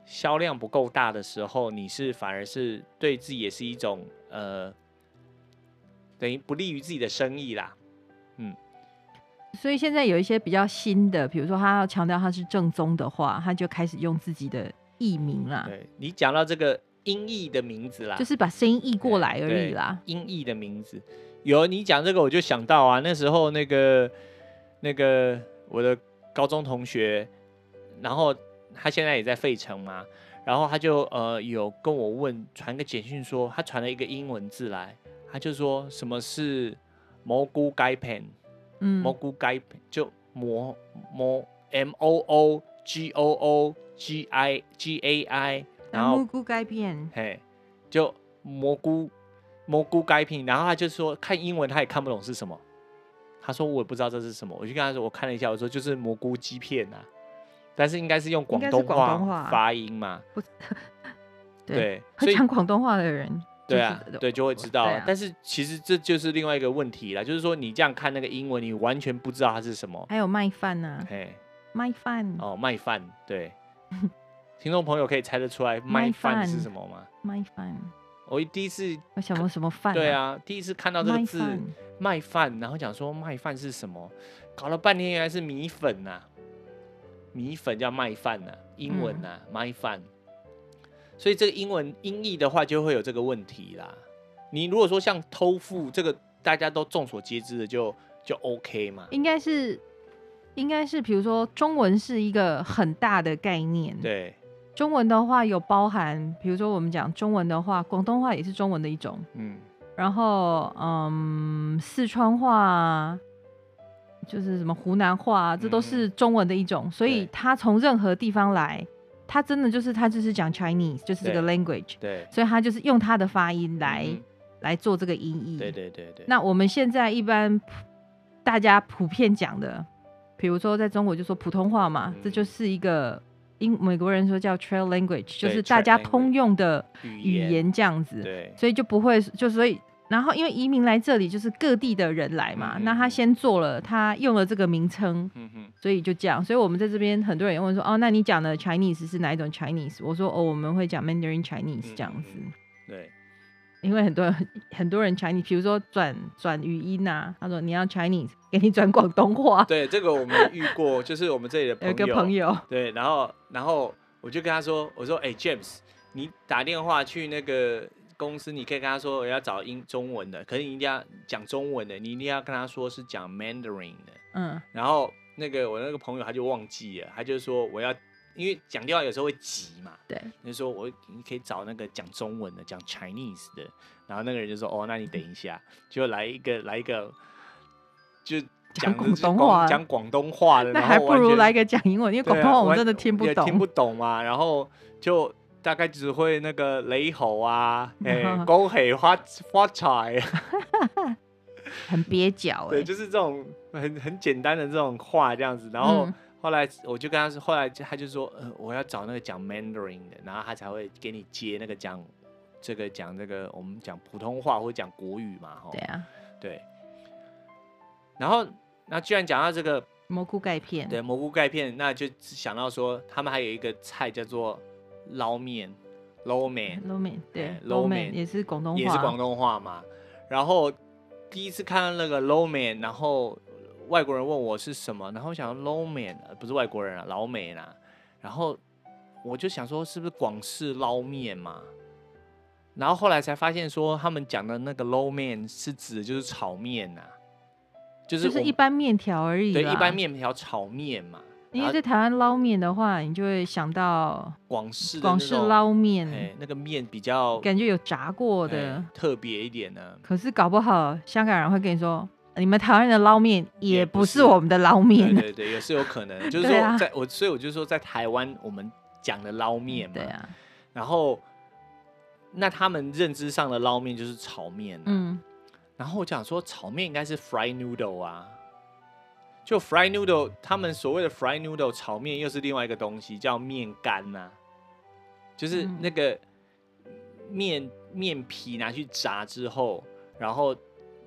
S1: 销量不够大的时候，你是反而是对自己也是一种呃，等于不利于自己的生意啦。
S2: 所以现在有一些比较新的，比如说他要强调他是正宗的话，他就开始用自己的艺名啦，
S1: 对啊你讲到这个音译的名字啦，
S2: 就是把声音译过来而已啦。
S1: 音译的名字。有你讲这个，我就想到啊，那时候那个那个我的高中同学，然后他现在也在费城嘛，然后他就呃有跟我问传个简讯说，他传了一个英文字来，他就说什么是蘑菇盖片，
S2: 嗯
S1: 蘑，菇盖片就蘑蘑 M O O G O O G I G A I，然
S2: 那
S1: 后
S2: 蘑菇钙片，
S1: 嘿，就蘑菇蘑菇该品，然后他就说看英文他也看不懂是什么，他说我也不知道这是什么，我就跟他说我看了一下，我说就是蘑菇鸡片啊，但是应该是用广
S2: 应该是
S1: 东
S2: 广
S1: 话
S2: 东话
S1: 发音嘛，
S2: 对，
S1: 对，所
S2: 会
S1: 以
S2: 讲广东话的人，
S1: 对啊
S2: 就是，
S1: 对就会知道
S2: 对
S1: 了
S2: 啊。
S1: 但是其实这就是另外一个问题啦，就是说你这样看那个英文，你完全不知道它是什么，
S2: 还有卖饭呐、
S1: 嘿，
S2: 卖饭，
S1: 哦，卖饭，对，听众朋友可以猜得出来卖
S2: 卖
S1: 饭是
S2: 饭
S1: 什么吗？
S2: 卖饭，
S1: 我第一次，
S2: 我想过什么饭、
S1: 对，啊，第一次看到这
S2: 卖
S1: 个字，
S2: 饭，
S1: 卖饭，然后讲说卖饭是什么，搞了半天原来是米粉呐、米粉叫卖饭呐、英文呐、啊
S2: 嗯
S1: 卖饭，所以这个英文音译的话就会有这个问题啦。你如果说像偷富这个大家都众所皆知的就，就 OK 嘛，
S2: 应该是应该是，比如说中文是一个很大的概念，
S1: 对，
S2: 中文的话有包含，比如说我们讲中文的话，广东话也是中文的一种，
S1: 嗯，
S2: 然后嗯，四川话啊，就是什么湖南话、啊，这都是中文的一种，所以
S1: 嗯对
S2: 他从任何地方来，他真的就是他就是讲 Chinese，就是这个 language，
S1: 对，
S2: 所以他就是用他的发音来、
S1: 嗯
S2: 来做这个音译。
S1: 对对对对，
S2: 那我们现在一般普大家普遍讲的，比如说在中国就说普通话嘛，
S1: 嗯
S2: 这就是一个英美国人说叫 trail language，就
S1: 对
S2: 是大
S1: trail
S2: 家通用的
S1: 语
S2: 语言这样子，
S1: 对
S2: 所以就不会就所以。然后，因为移民来这里就是各地的人来嘛，
S1: 嗯嗯
S2: 那他先做了，他用了这个名称，
S1: 嗯哼，
S2: 所以就这样。所以我们在这边很多人也问说，哦，那你讲的 Chinese 是哪一种 Chinese？我说，哦，我们会讲 Mandarin Chinese
S1: 嗯
S2: 这样子。
S1: 嗯对，
S2: 因为很多人 很多人 Chinese，比如说转转语音呐、他说你要 Chinese，给 你转广东话。
S1: 对，这个我们遇过，就是我们这里的朋
S2: 有
S1: 友，
S2: 一个朋友，
S1: 对，然后然后我就跟他说，我说，哎、j a m e s 你打电话去那个公司，你可以跟他说我要找英中文的，可是你一定要讲中文的，你一定要跟他说是讲 Mandarin 的。
S2: 嗯，
S1: 然后那个我那个朋友他就忘记了，他就说我要，因为讲电话有时候会急嘛，
S2: 对，
S1: 就说我你可以找那个讲中文的，讲 Chinese 的，然后那个人就说哦，那你等一下，就来一个来一个，就
S2: 讲
S1: 讲
S2: 广
S1: 的是
S2: 东话
S1: 讲广东话的，
S2: 那
S1: 然
S2: 还
S1: 后
S2: 不
S1: 完
S2: 如
S1: 全
S2: 来个讲英 文，因为
S1: 对
S2: 广
S1: 啊
S2: 东话我
S1: 完
S2: 们真的听不
S1: 也
S2: 懂。
S1: 听不懂嘛，然后就。大概只会那个雷吼 啊，哎、
S2: 嗯
S1: 恭喜发发财，
S2: 很蹩脚哎、
S1: 对，就是这种很很简单的这种话这样子。然后
S2: 嗯
S1: 后来我就跟他说，后来他就说，呃，我要找那个讲 Mandarin 的，然后他才会给你接那个讲这个讲这个我们讲普通话或讲国语嘛，哈
S2: 对，啊，
S1: 对。然后那居然讲到这个
S2: 蘑菇钙片，
S1: 对蘑菇钙片，那就想到说他们还有一个菜叫做捞面，捞面。
S2: 捞面，对
S1: 哎，捞
S2: 捞面
S1: 面
S2: 也是广东话，
S1: 也是广东话嘛。然后第一次看到那个 low man，然后外国人问我是什么，然后我想 low man 呃不是外国人啊，老美啦。然后我就想说是不是广式捞面嘛？然后后来才发现说他们讲的那个 low man 是指的就是炒面呐、就是
S2: 就是
S1: 我
S2: 一般面条而已
S1: 对
S2: 啦
S1: 一般。面条炒面嘛。
S2: 因
S1: 然
S2: 为
S1: 后
S2: 在台湾捞面的话，你就会想到
S1: 广式的那
S2: 广式
S1: 种，
S2: 捞
S1: 哎
S2: 面，，
S1: 那个面比较
S2: 感觉有炸过嗯的。
S1: 哎特别一点呢。
S2: 可是搞不好香港人会跟你说，你们台湾人的捞面也
S1: 也不
S2: 不是
S1: 是
S2: 我们的捞面。啊
S1: 对对对，也是有可 能，就是
S2: 对
S1: 说
S2: 啊
S1: 在，我所以我就说在台湾我们讲的捞面嘛，
S2: 对啊，
S1: 然后那他们认知上的捞面就是炒面、嗯，
S2: 嗯，
S1: 然后我讲说炒面应该是 fry noodle 啊，就 fry
S2: 嗯
S1: noodle，他们所谓的 fry noodle 炒面又是另外一个东西，叫面干呐、啊就是
S2: 嗯
S1: 那个面面皮拿去炸之后，然后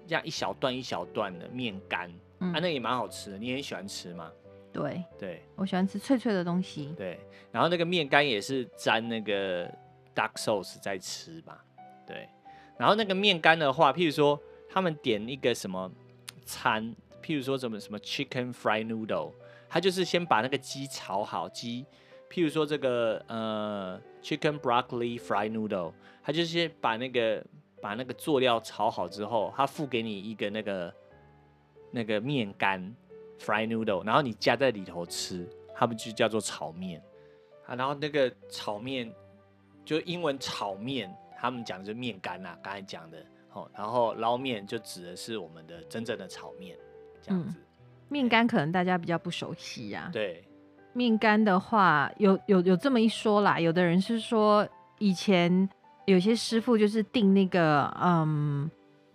S1: 这样一小段一小段的面干，
S2: 嗯
S1: 啊，那也蛮好吃的，你也喜欢吃嘛？
S2: 对，
S1: 对。
S2: 我喜欢吃脆脆的东西。
S1: 对，然后那个面干也是沾那个 dark sauce 在吃吧，对。然后那个面干的话，譬如说他们点一个什么餐，譬如说什么什么 chicken fry noodle，他就是先把那个鸡炒好，鸡，譬如说这个呃 chicken broccoli fry noodle，他就是先把那个把那个佐料炒好之后，他付给你一个那个那个面干 fry noodle，然后你加在里头吃，他们就叫做炒面。啊，然后那个炒面就英文炒面，他们讲的就是面干啦、啊刚才讲的。哦，然后捞面就指的是我们的真正的炒面，这样
S2: 嗯
S1: 子。
S2: 面干可能大家比较不熟悉呀、啊。
S1: 对，
S2: 面干的话，有有有这么一说啦，有的人是说以前有些师傅就是订那个嗯，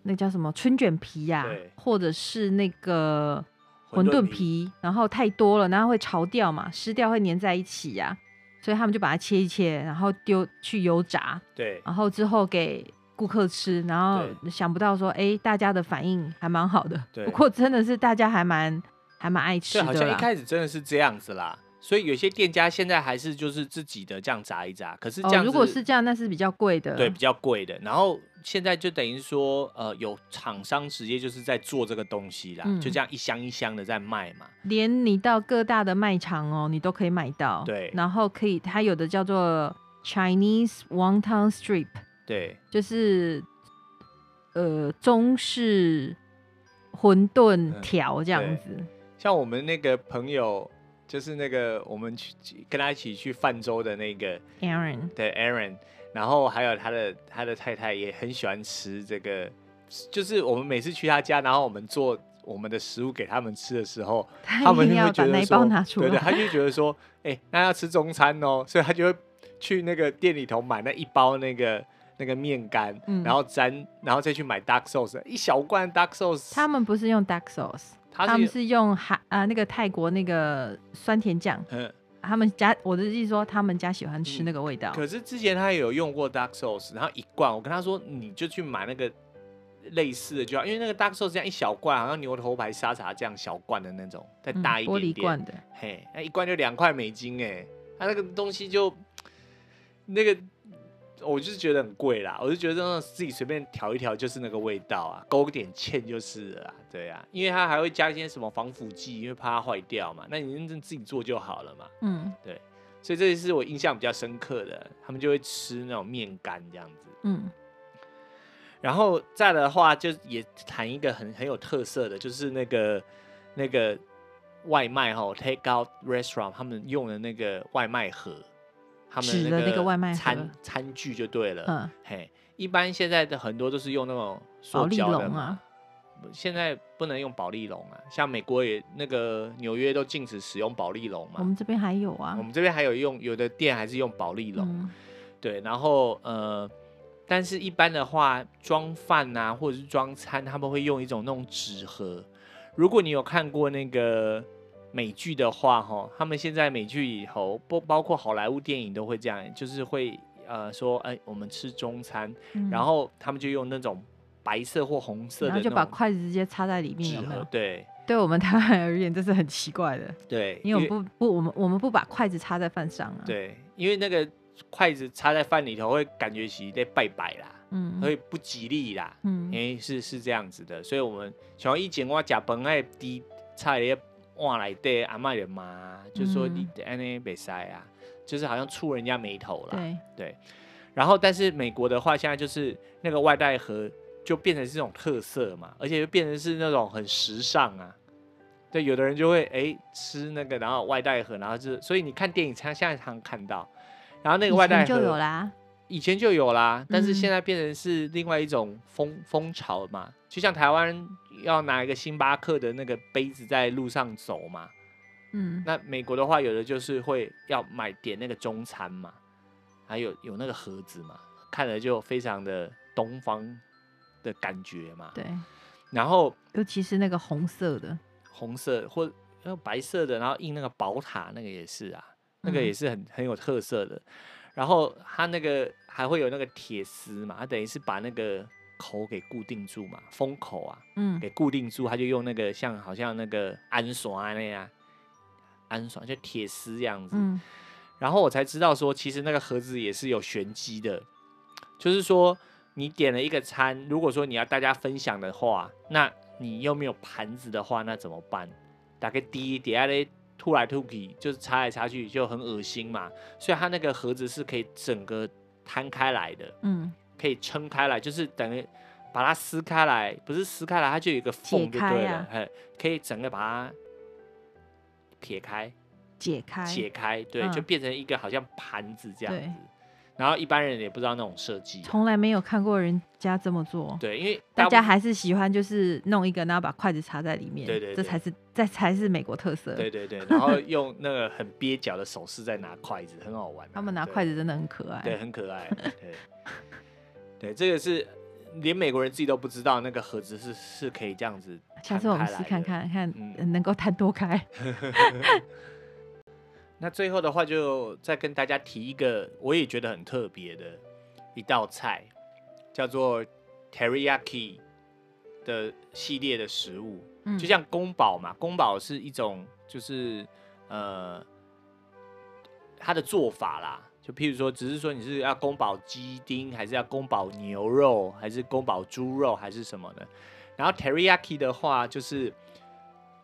S2: 那叫什么春卷皮呀、
S1: 对
S2: 或者是那个
S1: 馄
S2: 馄
S1: 饨
S2: 饨
S1: 皮
S2: 皮，然后太多了，然后会潮掉嘛，湿掉会粘在一起呀、所以他们就把它切一切，然后丢去油炸，
S1: 对，
S2: 然后之后给顾客吃，然后想不到说，哎，大家的反应还蛮好的。
S1: 对
S2: 不过真的是大家还蛮还蛮爱吃
S1: 对，
S2: 的啦。
S1: 好像一开始真的是这样子啦。所以有些店家现在还是就是自己的这样炸一炸，可是这
S2: 哦，
S1: 样子、
S2: 如果是这样，那是比较贵的。
S1: 对比较贵的。然后现在就等于说，呃，有厂商直接就是在做这个东西啦，
S2: 嗯
S1: 就这样一箱一箱的在卖嘛。
S2: 连你到各大的卖场哦，你都可以买到。
S1: 对
S2: 然后可以，它有的叫做 Chinese wonton strip，
S1: 对
S2: 就是呃中式馄饨
S1: 嗯
S2: 条这样
S1: 对
S2: 子。
S1: 像我们那个朋友，就是那个我们去跟他一起去泛舟的那个
S2: Aaron，
S1: 对 Aaron，然后还有他的他的太太也很喜欢吃这个，就是我们每次去他家，然后我们做我们的食物给他们吃的时候，
S2: 他
S1: 他们
S2: 一
S1: 就
S2: 定
S1: 会
S2: 要
S1: 觉
S2: 把
S1: 得
S2: 那一
S1: 说
S2: 包拿出
S1: 对对，
S2: 来。
S1: 他就觉得说，哎、那要吃中餐哦，所以他就会去那个店里头买那一包那个那个面干，
S2: 嗯
S1: 然后沾，然后再去买 dark sauce 一小罐 dark sauce，
S2: 他们不是用 dark sauce，
S1: 他
S2: 他
S1: 是
S2: 们是用韩啊那个泰国那个酸甜酱，
S1: 嗯，
S2: 他们家我的意思说他们家喜欢吃
S1: 嗯
S2: 那个味道。
S1: 可是之前他也有用过 dark sauce，然后一罐，我跟他说你就去买那个类似的就好，因为那个 dark sauce 这样一小罐，好像牛头牌沙茶酱小罐的那种，再
S2: 嗯
S1: 大一
S2: 玻
S1: 点
S2: 璃
S1: 点，
S2: 罐的，
S1: 嘿，那一罐就两块美金哎，它那个东西就那个，我就是觉得很贵啦，我就觉得那种自己随便调一调就是那个味道啊，勾点芡就是了啦，对啊，因为它还会加一些什么防腐剂，因为怕它坏掉嘛，那你认真自己做就好了嘛，
S2: 嗯
S1: 所以这也是我印象比较深刻的，他们就会吃那种面干这样子。
S2: 嗯
S1: 然后再的话，就也谈一个很很有特色的，就是那个那个外卖哈、take out restaurant 他们用的那个外卖盒，他们
S2: 纸的那个外卖盒
S1: 餐餐具就对了。
S2: 嗯，
S1: 嘿，一般现在的很多都是用那种
S2: 保
S1: 呃塑
S2: 利
S1: 胶的
S2: 龙
S1: 嘛，
S2: 啊，
S1: 现在不能用保利龙啊，像美国也那个纽约都禁止使用保利龙
S2: 我
S1: 嘛。
S2: 们这边还有啊
S1: 我。们这边还有用，有的店还是用保利龙。
S2: 嗯
S1: 对，然后呃，但是一般的话，装饭啊或者是装餐，他们会用一种那种纸盒。如果你有看过那个美剧的话，哈，他们现在美剧里头，包包括好莱坞电影都会这样，就是会呃说，哎、我们吃中餐，
S2: 嗯
S1: 然后他们就用那种白色或红色
S2: 然
S1: 的
S2: 后
S1: 那
S2: 就把
S1: 种
S2: 筷子直接插在里面，
S1: 纸
S2: 有没
S1: 盒
S2: 有？，
S1: 对
S2: 对我们台湾人而言，这是很奇怪的，
S1: 对，
S2: 因为我们不不，我们我们不把筷子插在饭上啊。，
S1: 对，因为那个筷子插在饭里头会感觉是在拜拜啦，
S2: 嗯
S1: 会不吉利啦。因
S2: 嗯，
S1: 为是是这样子的，所以我们像以前我食饭爱滴菜咧碗内底阿嬷就骂，就
S2: 嗯
S1: 说你安尼袂使啊，就是好像触人家眉头啦。
S2: 对，
S1: 然后但是美国的话，现在就是那个外带盒就变成是这种特色嘛，而且就变成是那种很时尚啊。对，有的人就会哎、吃那个，然后外带盒，然后就是，所以你看电影，常现在常看到，然后那个
S2: 以
S1: 外带
S2: 前
S1: 盒
S2: 就有啦。
S1: 以前就有啦，但是
S2: 嗯
S1: 现在变成是另外一种风风潮嘛，就像台湾要拿一个星巴克的那个杯子在路上走嘛，
S2: 嗯，
S1: 那美国的话，有的就是会要买点那个中餐嘛，还有有那个盒子嘛，看着就非常的东方的感觉嘛。
S2: 对，
S1: 然后
S2: 尤其是那个红色的，
S1: 红色或呃白色的，然后印那个宝塔，那个也是啊，那个
S2: 嗯
S1: 也是很很有特色的。然后它那个还会有那个铁丝嘛，它等于是把那个口给固定住嘛，封口啊
S2: 嗯
S1: 给固定住，它就用那个像好像那个氨刷那样，氨刷就铁丝这样子。
S2: 嗯
S1: 然后我才知道说，其实那个盒子也是有玄机的，就是说你点了一个餐，如果说你要大家分享的话，那你又没有盘子的话，那怎么办？打开第一底下嘞吐来吐去，就是擦来擦去就很恶心嘛。所以它那个盒子是可以整个摊开来的，
S2: 嗯，
S1: 可以撑开来，就是等于把它撕开来，不是撕开来，它就有一个缝就
S2: 解开
S1: 对了
S2: 啊，
S1: 嘿，可以整个把它撇开。
S2: 解开，
S1: 解开，对，就
S2: 嗯
S1: 变成一个好像盘子这样
S2: 对
S1: 子。然后一般人也不知道那种设计，
S2: 从来没有看过人家这么做。
S1: 对，因为
S2: 大
S1: 部
S2: 家还是喜欢就是弄一个，然后把筷子插在里面，
S1: 对对
S2: 这
S1: 对
S2: 才是这才是美国特色。
S1: 对对对，然后用那个很蹩脚的手势在拿筷子，很好玩啊、
S2: 他们拿
S1: 对
S2: 筷，子真的很可爱。
S1: 对，很可爱，对， 对，这个是连美国人自己都不知道那个盒子是是可以这样子
S2: 下
S1: 摊
S2: 次我们
S1: 开
S2: 试
S1: 来
S2: 看
S1: 的
S2: 看看
S1: 嗯
S2: 呃能够摊多开。
S1: 那最后的话，就再跟大家提一个我也觉得很特别的一道菜，叫做 teriyaki 的系列的食物。
S2: 嗯
S1: 就像宫保嘛，宫保是一种就是呃它的做法啦，就譬如说，只是说你是要宫保鸡丁，还是要宫保牛肉，还是宫保猪肉，还是什么的。然后 teriyaki 的话，就是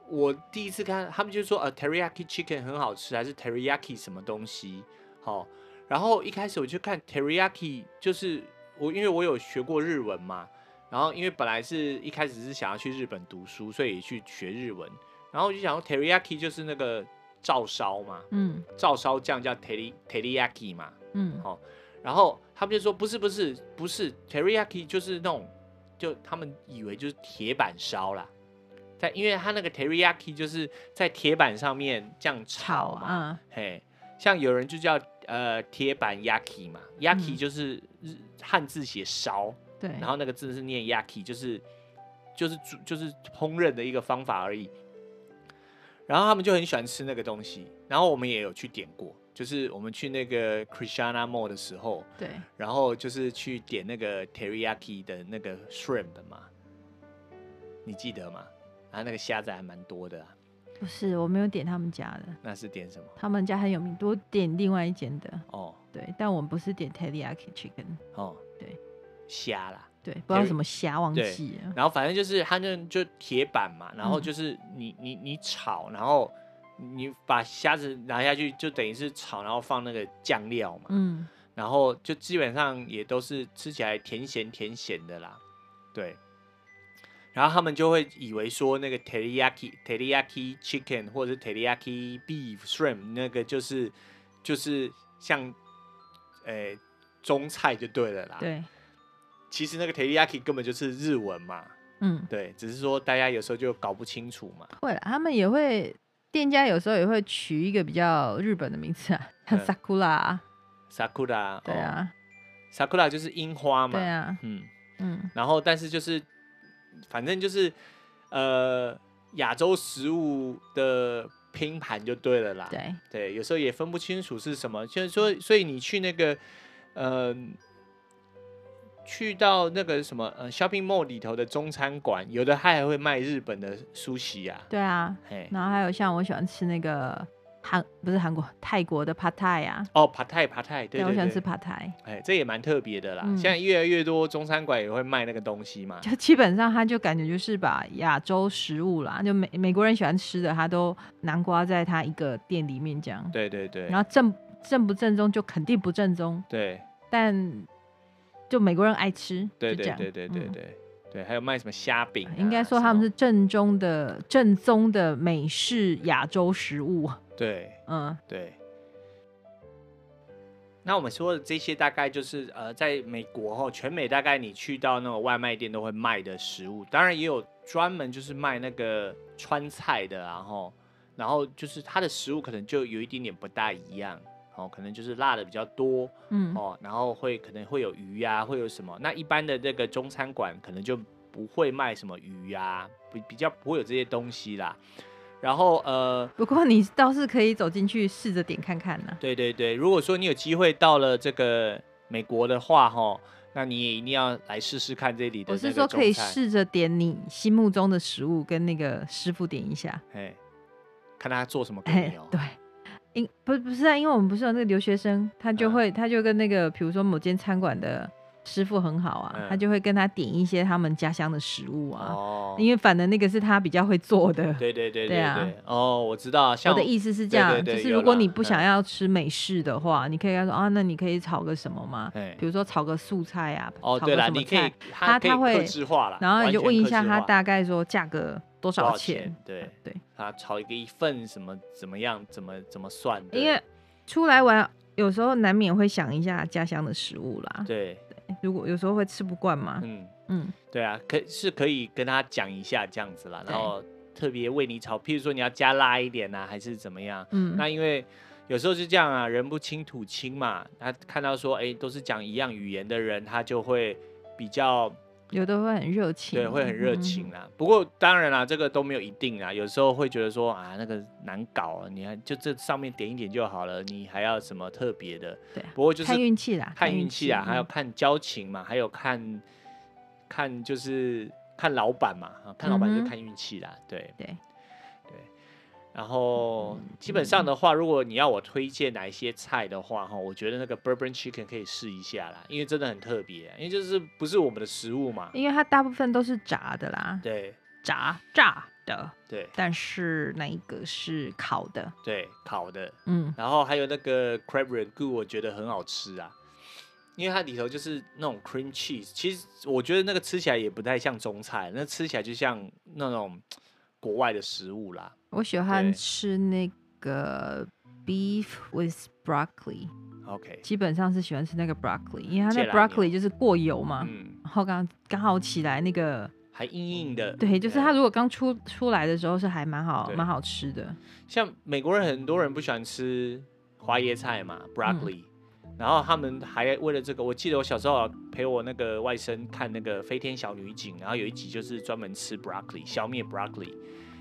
S1: 我第一次看他们就说呃 teriyaki chicken 很好吃，还是 teriyaki 什么东西好、然后一开始我就看 teriyaki，就是我因为我有学过日文嘛，然后因为本来是一开始是想要去日本读书，所以去学日文，然后我就想说 teriyaki 就是那个照烧嘛，
S2: 嗯
S1: 照烧酱叫 teri teriyaki 嘛，
S2: 嗯
S1: 然后他们就说不是不是不是 teriyaki 就是那种，就他们以为就是铁板烧啦在因为它那个 teriyaki 就是在铁板上面这样
S2: 炒
S1: 炒嘛，
S2: 啊，
S1: 嘿，像有人就叫呃铁板 yaki 嘛，yaki
S2: 嗯
S1: 就是日汉字写烧，
S2: 对，
S1: 然后那个字是念 yaki，就是就是煮就是烹饪的一个方法而已。然后他们就很喜欢吃那个东西，然后我们也有去点过，就是我们去那个 Krishna Mall 的时候，
S2: 对，
S1: 然后就是去点那个 teriyaki 的那个 shrimp 嘛，你记得吗？然后那个虾子还蛮多的、啊，
S2: 不是我没有点他们家的，
S1: 那是点什么？
S2: 他们家很有名，多点另外一间的，
S1: 哦
S2: 对，但我们不是点 teriyaki chicken，
S1: 哦，
S2: 对，
S1: 虾啦。
S2: 对，不知道什么虾忘
S1: 对
S2: 记啊了，
S1: 然后反正就是它那就铁板嘛，然后
S2: 嗯
S1: 就是你你你炒，然后你把虾子拿下去，就等于是炒，然后放那个酱料嘛，
S2: 嗯，
S1: 然后就基本上也都是吃起来甜咸甜咸的啦，对。然后他们就会以为说那个 teriyaki teriyaki chicken 或者是 teriyaki beef shrimp 那个就是就是像，呃，中菜就对了啦。。
S2: 对，
S1: 其实那个 teriyaki 根本就是日文嘛，
S2: 嗯，
S1: 对，只是说大家有时候就搞不清楚嘛。
S2: 会了，他们也会。店家有时候也会取一个比较日本的名字啊，像
S1: 嗯
S2: sakura，啊
S1: sakura，
S2: 对
S1: 哦、
S2: 啊，
S1: ，sakura 就是樱花嘛，
S2: 对啊，
S1: 嗯，
S2: 嗯，
S1: 然后但是就是，反正就是，呃，亚洲食物的拼盘就对了啦。
S2: 对，
S1: 对，有时候也分不清楚是什么，就是说，所以你去那个，呃，去到那个什么呃 shopping mall 里头的中餐馆，有的它还会卖日本的苏西啊，
S2: 对啊，
S1: 嘿，
S2: 然后还有像我喜欢吃那个韩不是韩国泰国的 pad thai 啊，
S1: 哦，帕泰帕泰，对对对，
S2: 我喜欢吃 pad thai，
S1: 哎，这也蛮特别的啦。
S2: 嗯
S1: 现在越来越多中餐馆也会卖那个东西嘛。
S2: 就基本上他就感觉就是把亚洲食物啦，就美美国人喜欢吃的，他都南瓜在他一个店里面这样，
S1: 对对对，
S2: 然后正正不正宗就肯定不正宗，
S1: 对
S2: 但就美国人爱吃，
S1: 对
S2: 就
S1: 对
S2: 这样
S1: 对对对
S2: 嗯
S1: 对对，还有卖什么虾饼啊、
S2: 应该说他们
S1: 什
S2: 是正宗的正宗的美式亚洲食物，
S1: 么对
S2: 嗯，
S1: 对。那我们说的这些大概就是呃，在美国后全美大概你去到那种外卖店都会卖的食物，当然也有专门就是卖那个川菜的啊，然后然后就是它的食物可能就有一点点不大一样，哦，可能就是辣的比较多，
S2: 嗯，
S1: 哦，然后会可能会有鱼呀、会有什么？那一般的那个中餐馆可能就不会卖什么鱼呀、比比较不会有这些东西啦。然后呃，
S2: 不过你倒是可以走进去试着点看看呢、
S1: 对对对，如果说你有机会到了这个美国的话，哈，那你也一定要来试试看这里的
S2: 我
S1: 那
S2: 是
S1: 个
S2: 说
S1: 中餐。
S2: 可以试着点你心目中的食物，跟那个师傅点一下。
S1: 哎，看他做什么给
S2: 哎
S1: 你哦，。
S2: 对，因不不是啊，因为我们不是有那个留学生，他就
S1: 嗯
S2: 会、他就跟那个比如说某间餐馆的师傅很好啊，
S1: 嗯
S2: 他就会跟他点一些他们家乡的食物啊，
S1: 哦，
S2: 因为反正那个是他比较会做的。
S1: 对对对
S2: 对啊
S1: 对，哦，我知道，
S2: 我
S1: 像
S2: 的意思是这
S1: 对
S2: 样，
S1: 对对
S2: 就是
S1: 有
S2: 如果
S1: 啦
S2: 你不想
S1: 嗯
S2: 要吃美式的话，你可以跟他说啊，那你可以炒个什么嘛？
S1: 哎
S2: 比，如说炒个素菜啊，
S1: 哦，
S2: 炒
S1: 对
S2: 个
S1: 啦，
S2: 什么
S1: 你可以
S2: 菜，
S1: 它
S2: 他
S1: 可以
S2: 他会
S1: 克制化啦，
S2: 然后你
S1: 完
S2: 就
S1: 全
S2: 问一
S1: 克
S2: 下
S1: 制
S2: 他
S1: 化
S2: 大概说价格多
S1: 多
S2: 少
S1: 钱？
S2: 钱？
S1: 对
S2: 对，
S1: 啊，炒一个一份什么怎么样，怎么怎么算的？
S2: 因为出来玩有时候难免会想一下家乡的食物啦。
S1: 对，
S2: 如果有时候会吃不惯嘛，
S1: 嗯，
S2: 嗯，
S1: 对啊，可是可以跟他讲一下这样子啦，然
S2: 对
S1: 后特别为你炒，譬如说你要加辣一点啊，还是怎么样？
S2: 嗯，
S1: 那因为有时候是这样啊，人不清土清嘛，他看到说，哎，都是讲一样语言的人，他就会比较
S2: 有的会很热情，
S1: 对，会很热
S2: 嗯
S1: 情。啦。不过当然啦，这个都没有一定啦，有时候会觉得说啊，那个难搞啊，你还就这上面点一点就好了，你还要什么特别的？
S2: 对啊
S1: 不过就是
S2: 看运气啦，
S1: 看运气啊，还有
S2: 嗯
S1: 看交情嘛，还有看看就是看老板嘛，啊看老板
S2: 嗯
S1: 就
S2: 哼
S1: 看运气啦，对
S2: 对，
S1: 对。然
S2: 嗯
S1: 后基本上的话，如果你要我推荐哪一些菜的话，哈，我觉得那个 Bourbon Chicken 可以试一下啦，因为真的很特别，啊因为就是不是我们的食物嘛，
S2: 因为它大部分都是炸的啦，
S1: 对
S2: 炸炸的，
S1: 对
S2: 但是那一个是烤的，
S1: 对，烤的，
S2: 嗯，
S1: 然后还有那个 crab ragu，我觉得很好吃啊，因为它里头就是那种 cream cheese，其实我觉得那个吃起来也不太像中菜，那吃起来就像那种国外的食物啦。
S2: 我喜欢
S1: 对
S2: 吃那个 beef with broccoli，
S1: OK，
S2: 基本上是喜欢吃那个 broccoli，因为它
S1: 芥嗯
S2: 那
S1: 蓝
S2: broccoli 就是过油嘛，
S1: 嗯，
S2: 然后刚刚好起来那个
S1: 还硬硬的。
S2: 对，就是
S1: 哎
S2: 它如果刚出出来的时候是还蛮好
S1: 对
S2: 蛮好吃的，
S1: 像美国人很多人不喜欢吃花椰菜嘛，broccoli，、然后他们还为了这个，我记得我小时候陪我那个外甥看那个《飞天小女警》，然后有一集就是专门吃 broccoli，消灭 broccoli，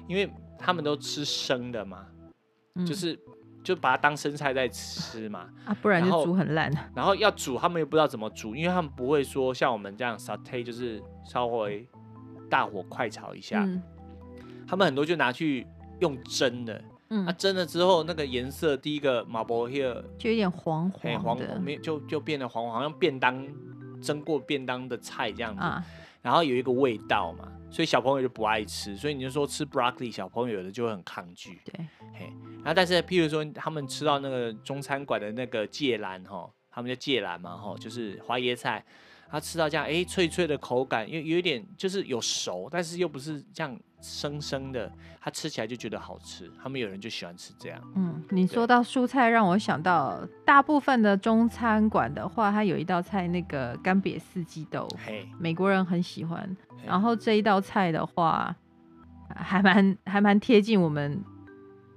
S1: 因为他们都吃生的嘛，
S2: 嗯、
S1: 就是就把它当生菜在吃嘛，
S2: 啊，不然
S1: 然
S2: 就
S1: 后
S2: 煮很烂。
S1: 然后要煮他们又不知道怎么煮，因为他们不会说像我们这样 saute，就是稍微大火快炒一下，
S2: 嗯
S1: 他们很多就拿去用蒸的，那、
S2: 嗯，
S1: 蒸了之后那个颜色，第一个马博 here。
S2: 就有点黄
S1: 哎，
S2: 黄
S1: 黄
S2: 的
S1: 没有就就变得黄黄，好像便当蒸过便当的菜这样子，
S2: 啊，
S1: 然后有一个味道嘛，所以小朋友就不爱吃，所以你就说吃 broccoli，小朋友有的就会很抗拒。
S2: 对，
S1: 嘿，然后但是譬如说他们吃到那个中餐馆的那个芥兰哈，他们叫芥兰嘛哈，就是花椰菜，他吃到这样哎脆脆的口感，又有一点就是有熟，但是又不是这样生生的，他吃起来就觉得好吃，他们有人就喜欢吃这样。
S2: 嗯，你
S1: 对
S2: 说到蔬菜，让我想到大部分的中餐馆的话，它有一道菜那个干瘪四季豆，
S1: 嘿，
S2: 美国人很喜欢。
S1: 嘿
S2: 然后这一道菜的话，还蛮还蛮贴近我们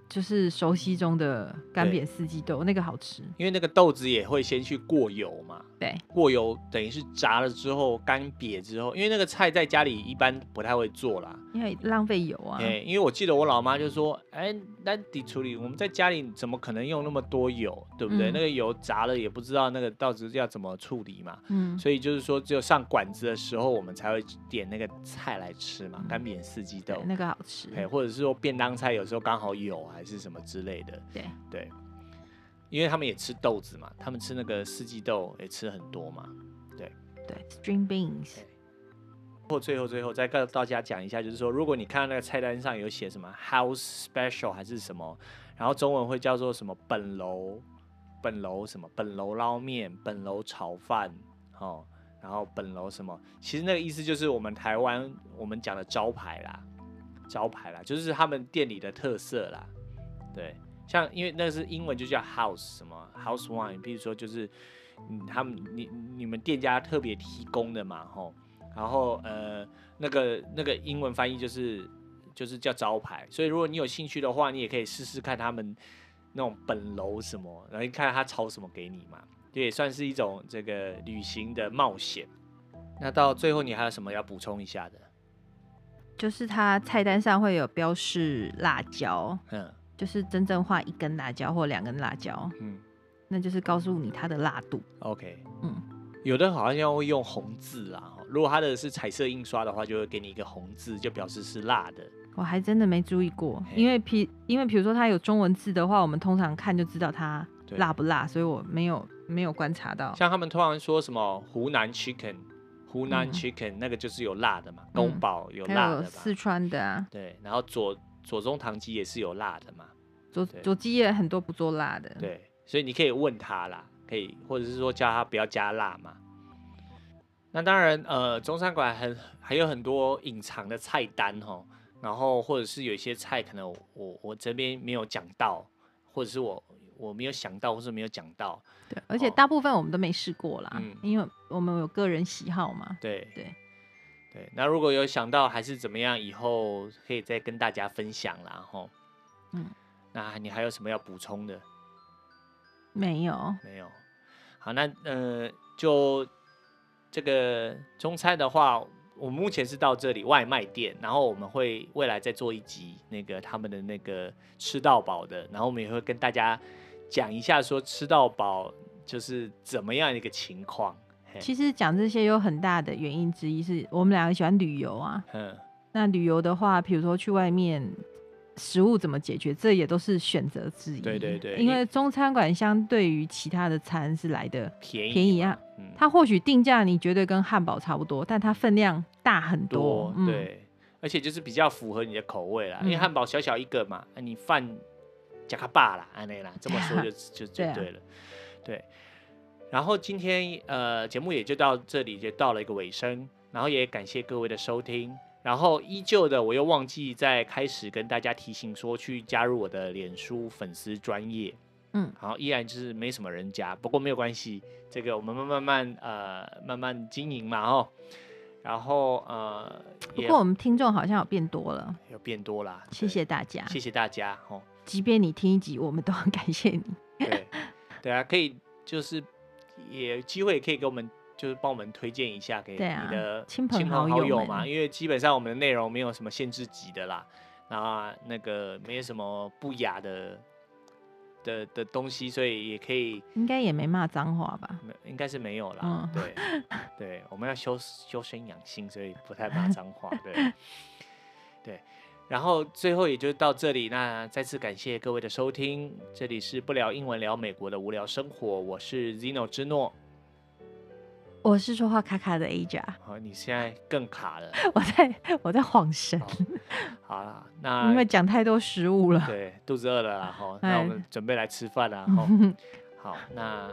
S2: 就是熟悉中的干
S1: 对
S2: 煸四季豆，那个好吃。
S1: 因为那个豆子也会先去过油嘛，
S2: 对，
S1: 过油等于是炸了之后干瘪之后，因为那个菜在家里一般不太会做啦。
S2: 因为浪费油啊
S1: 哎、。因为我记得我老妈就说，哎、那底处理我们在家里怎么可能用那么多油，对不对？
S2: 嗯
S1: 那个油炸了也不知道那个到底要怎么处理嘛，
S2: 嗯，
S1: 所以就是说只有上馆子的时候我们才会点那个菜来吃嘛，
S2: 嗯
S1: 干煸四季豆
S2: 对，。那个好吃。
S1: 哎，或者是说便当菜有时候刚好有啊还是什么之类的，
S2: 对
S1: 对，因为他们也吃豆子嘛，他们吃那个四季豆也吃很多嘛。
S2: 对，string beans，
S1: 或最后最后再跟大家讲一下，就是说，如果你看到那个菜单上有写什么 house special 还是什么，然后中文会叫做什么本楼、本楼什么本楼捞面、本楼炒饭，哦，然后本楼什么，其实那个意思就是我们台湾我们讲的招牌啦，招牌啦，就是他们店里的特色啦，对。像因为那是英文就叫 house 什么 house wine，比如说就是，嗯，他们你你们店家特别提供的嘛，吼，然后呃，那个那个英文翻译就是就是叫招牌，所以如果你有兴趣的话，你也可以试试看他们那种本楼什么，然后你看他炒什么给你嘛，这也算是一种这个旅行的冒险。那到最后你还有什么要补充一下的？
S2: 就是它菜单上会有标示辣椒，
S1: 嗯
S2: 就是真正画一根辣椒或两根辣椒，
S1: 嗯
S2: 那就是告诉你它的辣度。
S1: ，OK，
S2: 嗯，
S1: 有的好像会用红字啦，哦如果它的是彩色印刷的话，就会给你一个红字，就表示是辣的。
S2: 我还真的没注意过，
S1: 嘿
S2: 因为譬因为比如说它有中文字的话，我们通常看就知道它
S1: 对
S2: 辣不辣，所以我没有没有观察到。
S1: 像他们通常说什么湖南 chicken，湖南
S2: 嗯
S1: chicken、那个就是有辣的嘛，宫保有
S2: 还
S1: 辣
S2: 有
S1: 的
S2: 四
S1: 嘛，
S2: 川的啊，
S1: 对，然后左左宗棠鸡也是有辣的嘛，
S2: 左
S1: 对
S2: 左鸡也很多不做辣的。，
S1: 对，所以你可以问他啦，可以或者是说叫他不要加辣嘛。那当然，呃，中餐馆很还有很多隐藏的菜单哦，然后或者是有一些菜可能我我我这边没有讲到，或者是我我没有想到，或是没有讲到，
S2: 对，而且
S1: 哦
S2: 大部分我们都没试过啦，
S1: 嗯
S2: 因为我们有个人喜好嘛。
S1: 对
S2: 对
S1: 对，那如果有想到还是怎么样，以后可以再跟大家分享啦，吼。
S2: 嗯，
S1: 那你还有什么要补充的？
S2: 没有，
S1: 没有。好，那呃，就这个中餐的话，我目前是到这里外卖店，然后我们会未来再做一集那个他们的那个吃到饱的，然后我们也会跟大家讲一下说吃到饱就是怎么样一个情况。嘿
S2: 其实讲这些有很大的原因之一是我们两个喜欢旅游啊。
S1: 嗯，
S2: 那旅游的话，比如说去外面，食物怎么解决，这也都是选择之一。
S1: 对对对
S2: 因为中餐馆相对于其他的餐是来的，
S1: 便宜
S2: 便宜
S1: 嘛
S2: 啊，
S1: 嗯，
S2: 它或许定价你觉得跟汉堡差不多，但它分量大很
S1: 多，
S2: 嗯、，
S1: 对，而且就是比较符合你的口味啦，因为
S2: 嗯
S1: 汉堡小小一个嘛，啊、你饭加卡巴啦，安内 啦，这么说就就就
S2: 对啊
S1: 对了，对。然后今天呃节目也就到这里，就到了一个尾声，然后也感谢各位的收听。然后依旧的，我又忘记在开始跟大家提醒说，去加入我的脸书粉丝专业。
S2: 嗯，
S1: 然后依然就是没什么人加，不过没有关系，这个我们慢慢慢慢呃慢慢经营嘛哦。然后呃
S2: 不
S1: 也
S2: 过我们听众好像有变多了，
S1: 有变多啦，
S2: 谢
S1: 对
S2: 谢大家。
S1: 谢谢大家哦，
S2: 即便你听一集，我们都很 感谢你。
S1: 对对啊，可以就是也有机会可以给我们就是帮我们推荐一下给你
S2: 对啊
S1: 的
S2: 亲朋
S1: 朋好
S2: 好友
S1: 友
S2: 们
S1: 嘛，因为基本上我们的内容没有什么限制级的啦，那那个没有什么不雅的的的东西，所以也可以
S2: 应该也没骂脏话吧？
S1: 没应该是没有啦，
S2: 嗯
S1: 对啊对，我们要修修身养性，所以不太骂脏话， 对对。然后最后也就到这里，那再次感谢各位的收听，这里是不聊英文聊美国的无聊生活，我是 Zino 之诺，
S2: 我是说话卡卡的 Aja，
S1: 好，你现在更卡了，
S2: 我在我在晃神，
S1: 好哎啦，
S2: 因
S1: 那
S2: 为讲太多食物 了。
S1: 对肚子饿了啦，吼，
S2: 哎嗯
S1: 那我们准备来吃饭啦，吼，好，那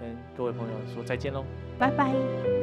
S1: 跟各位朋友说再见喽。
S2: 拜拜。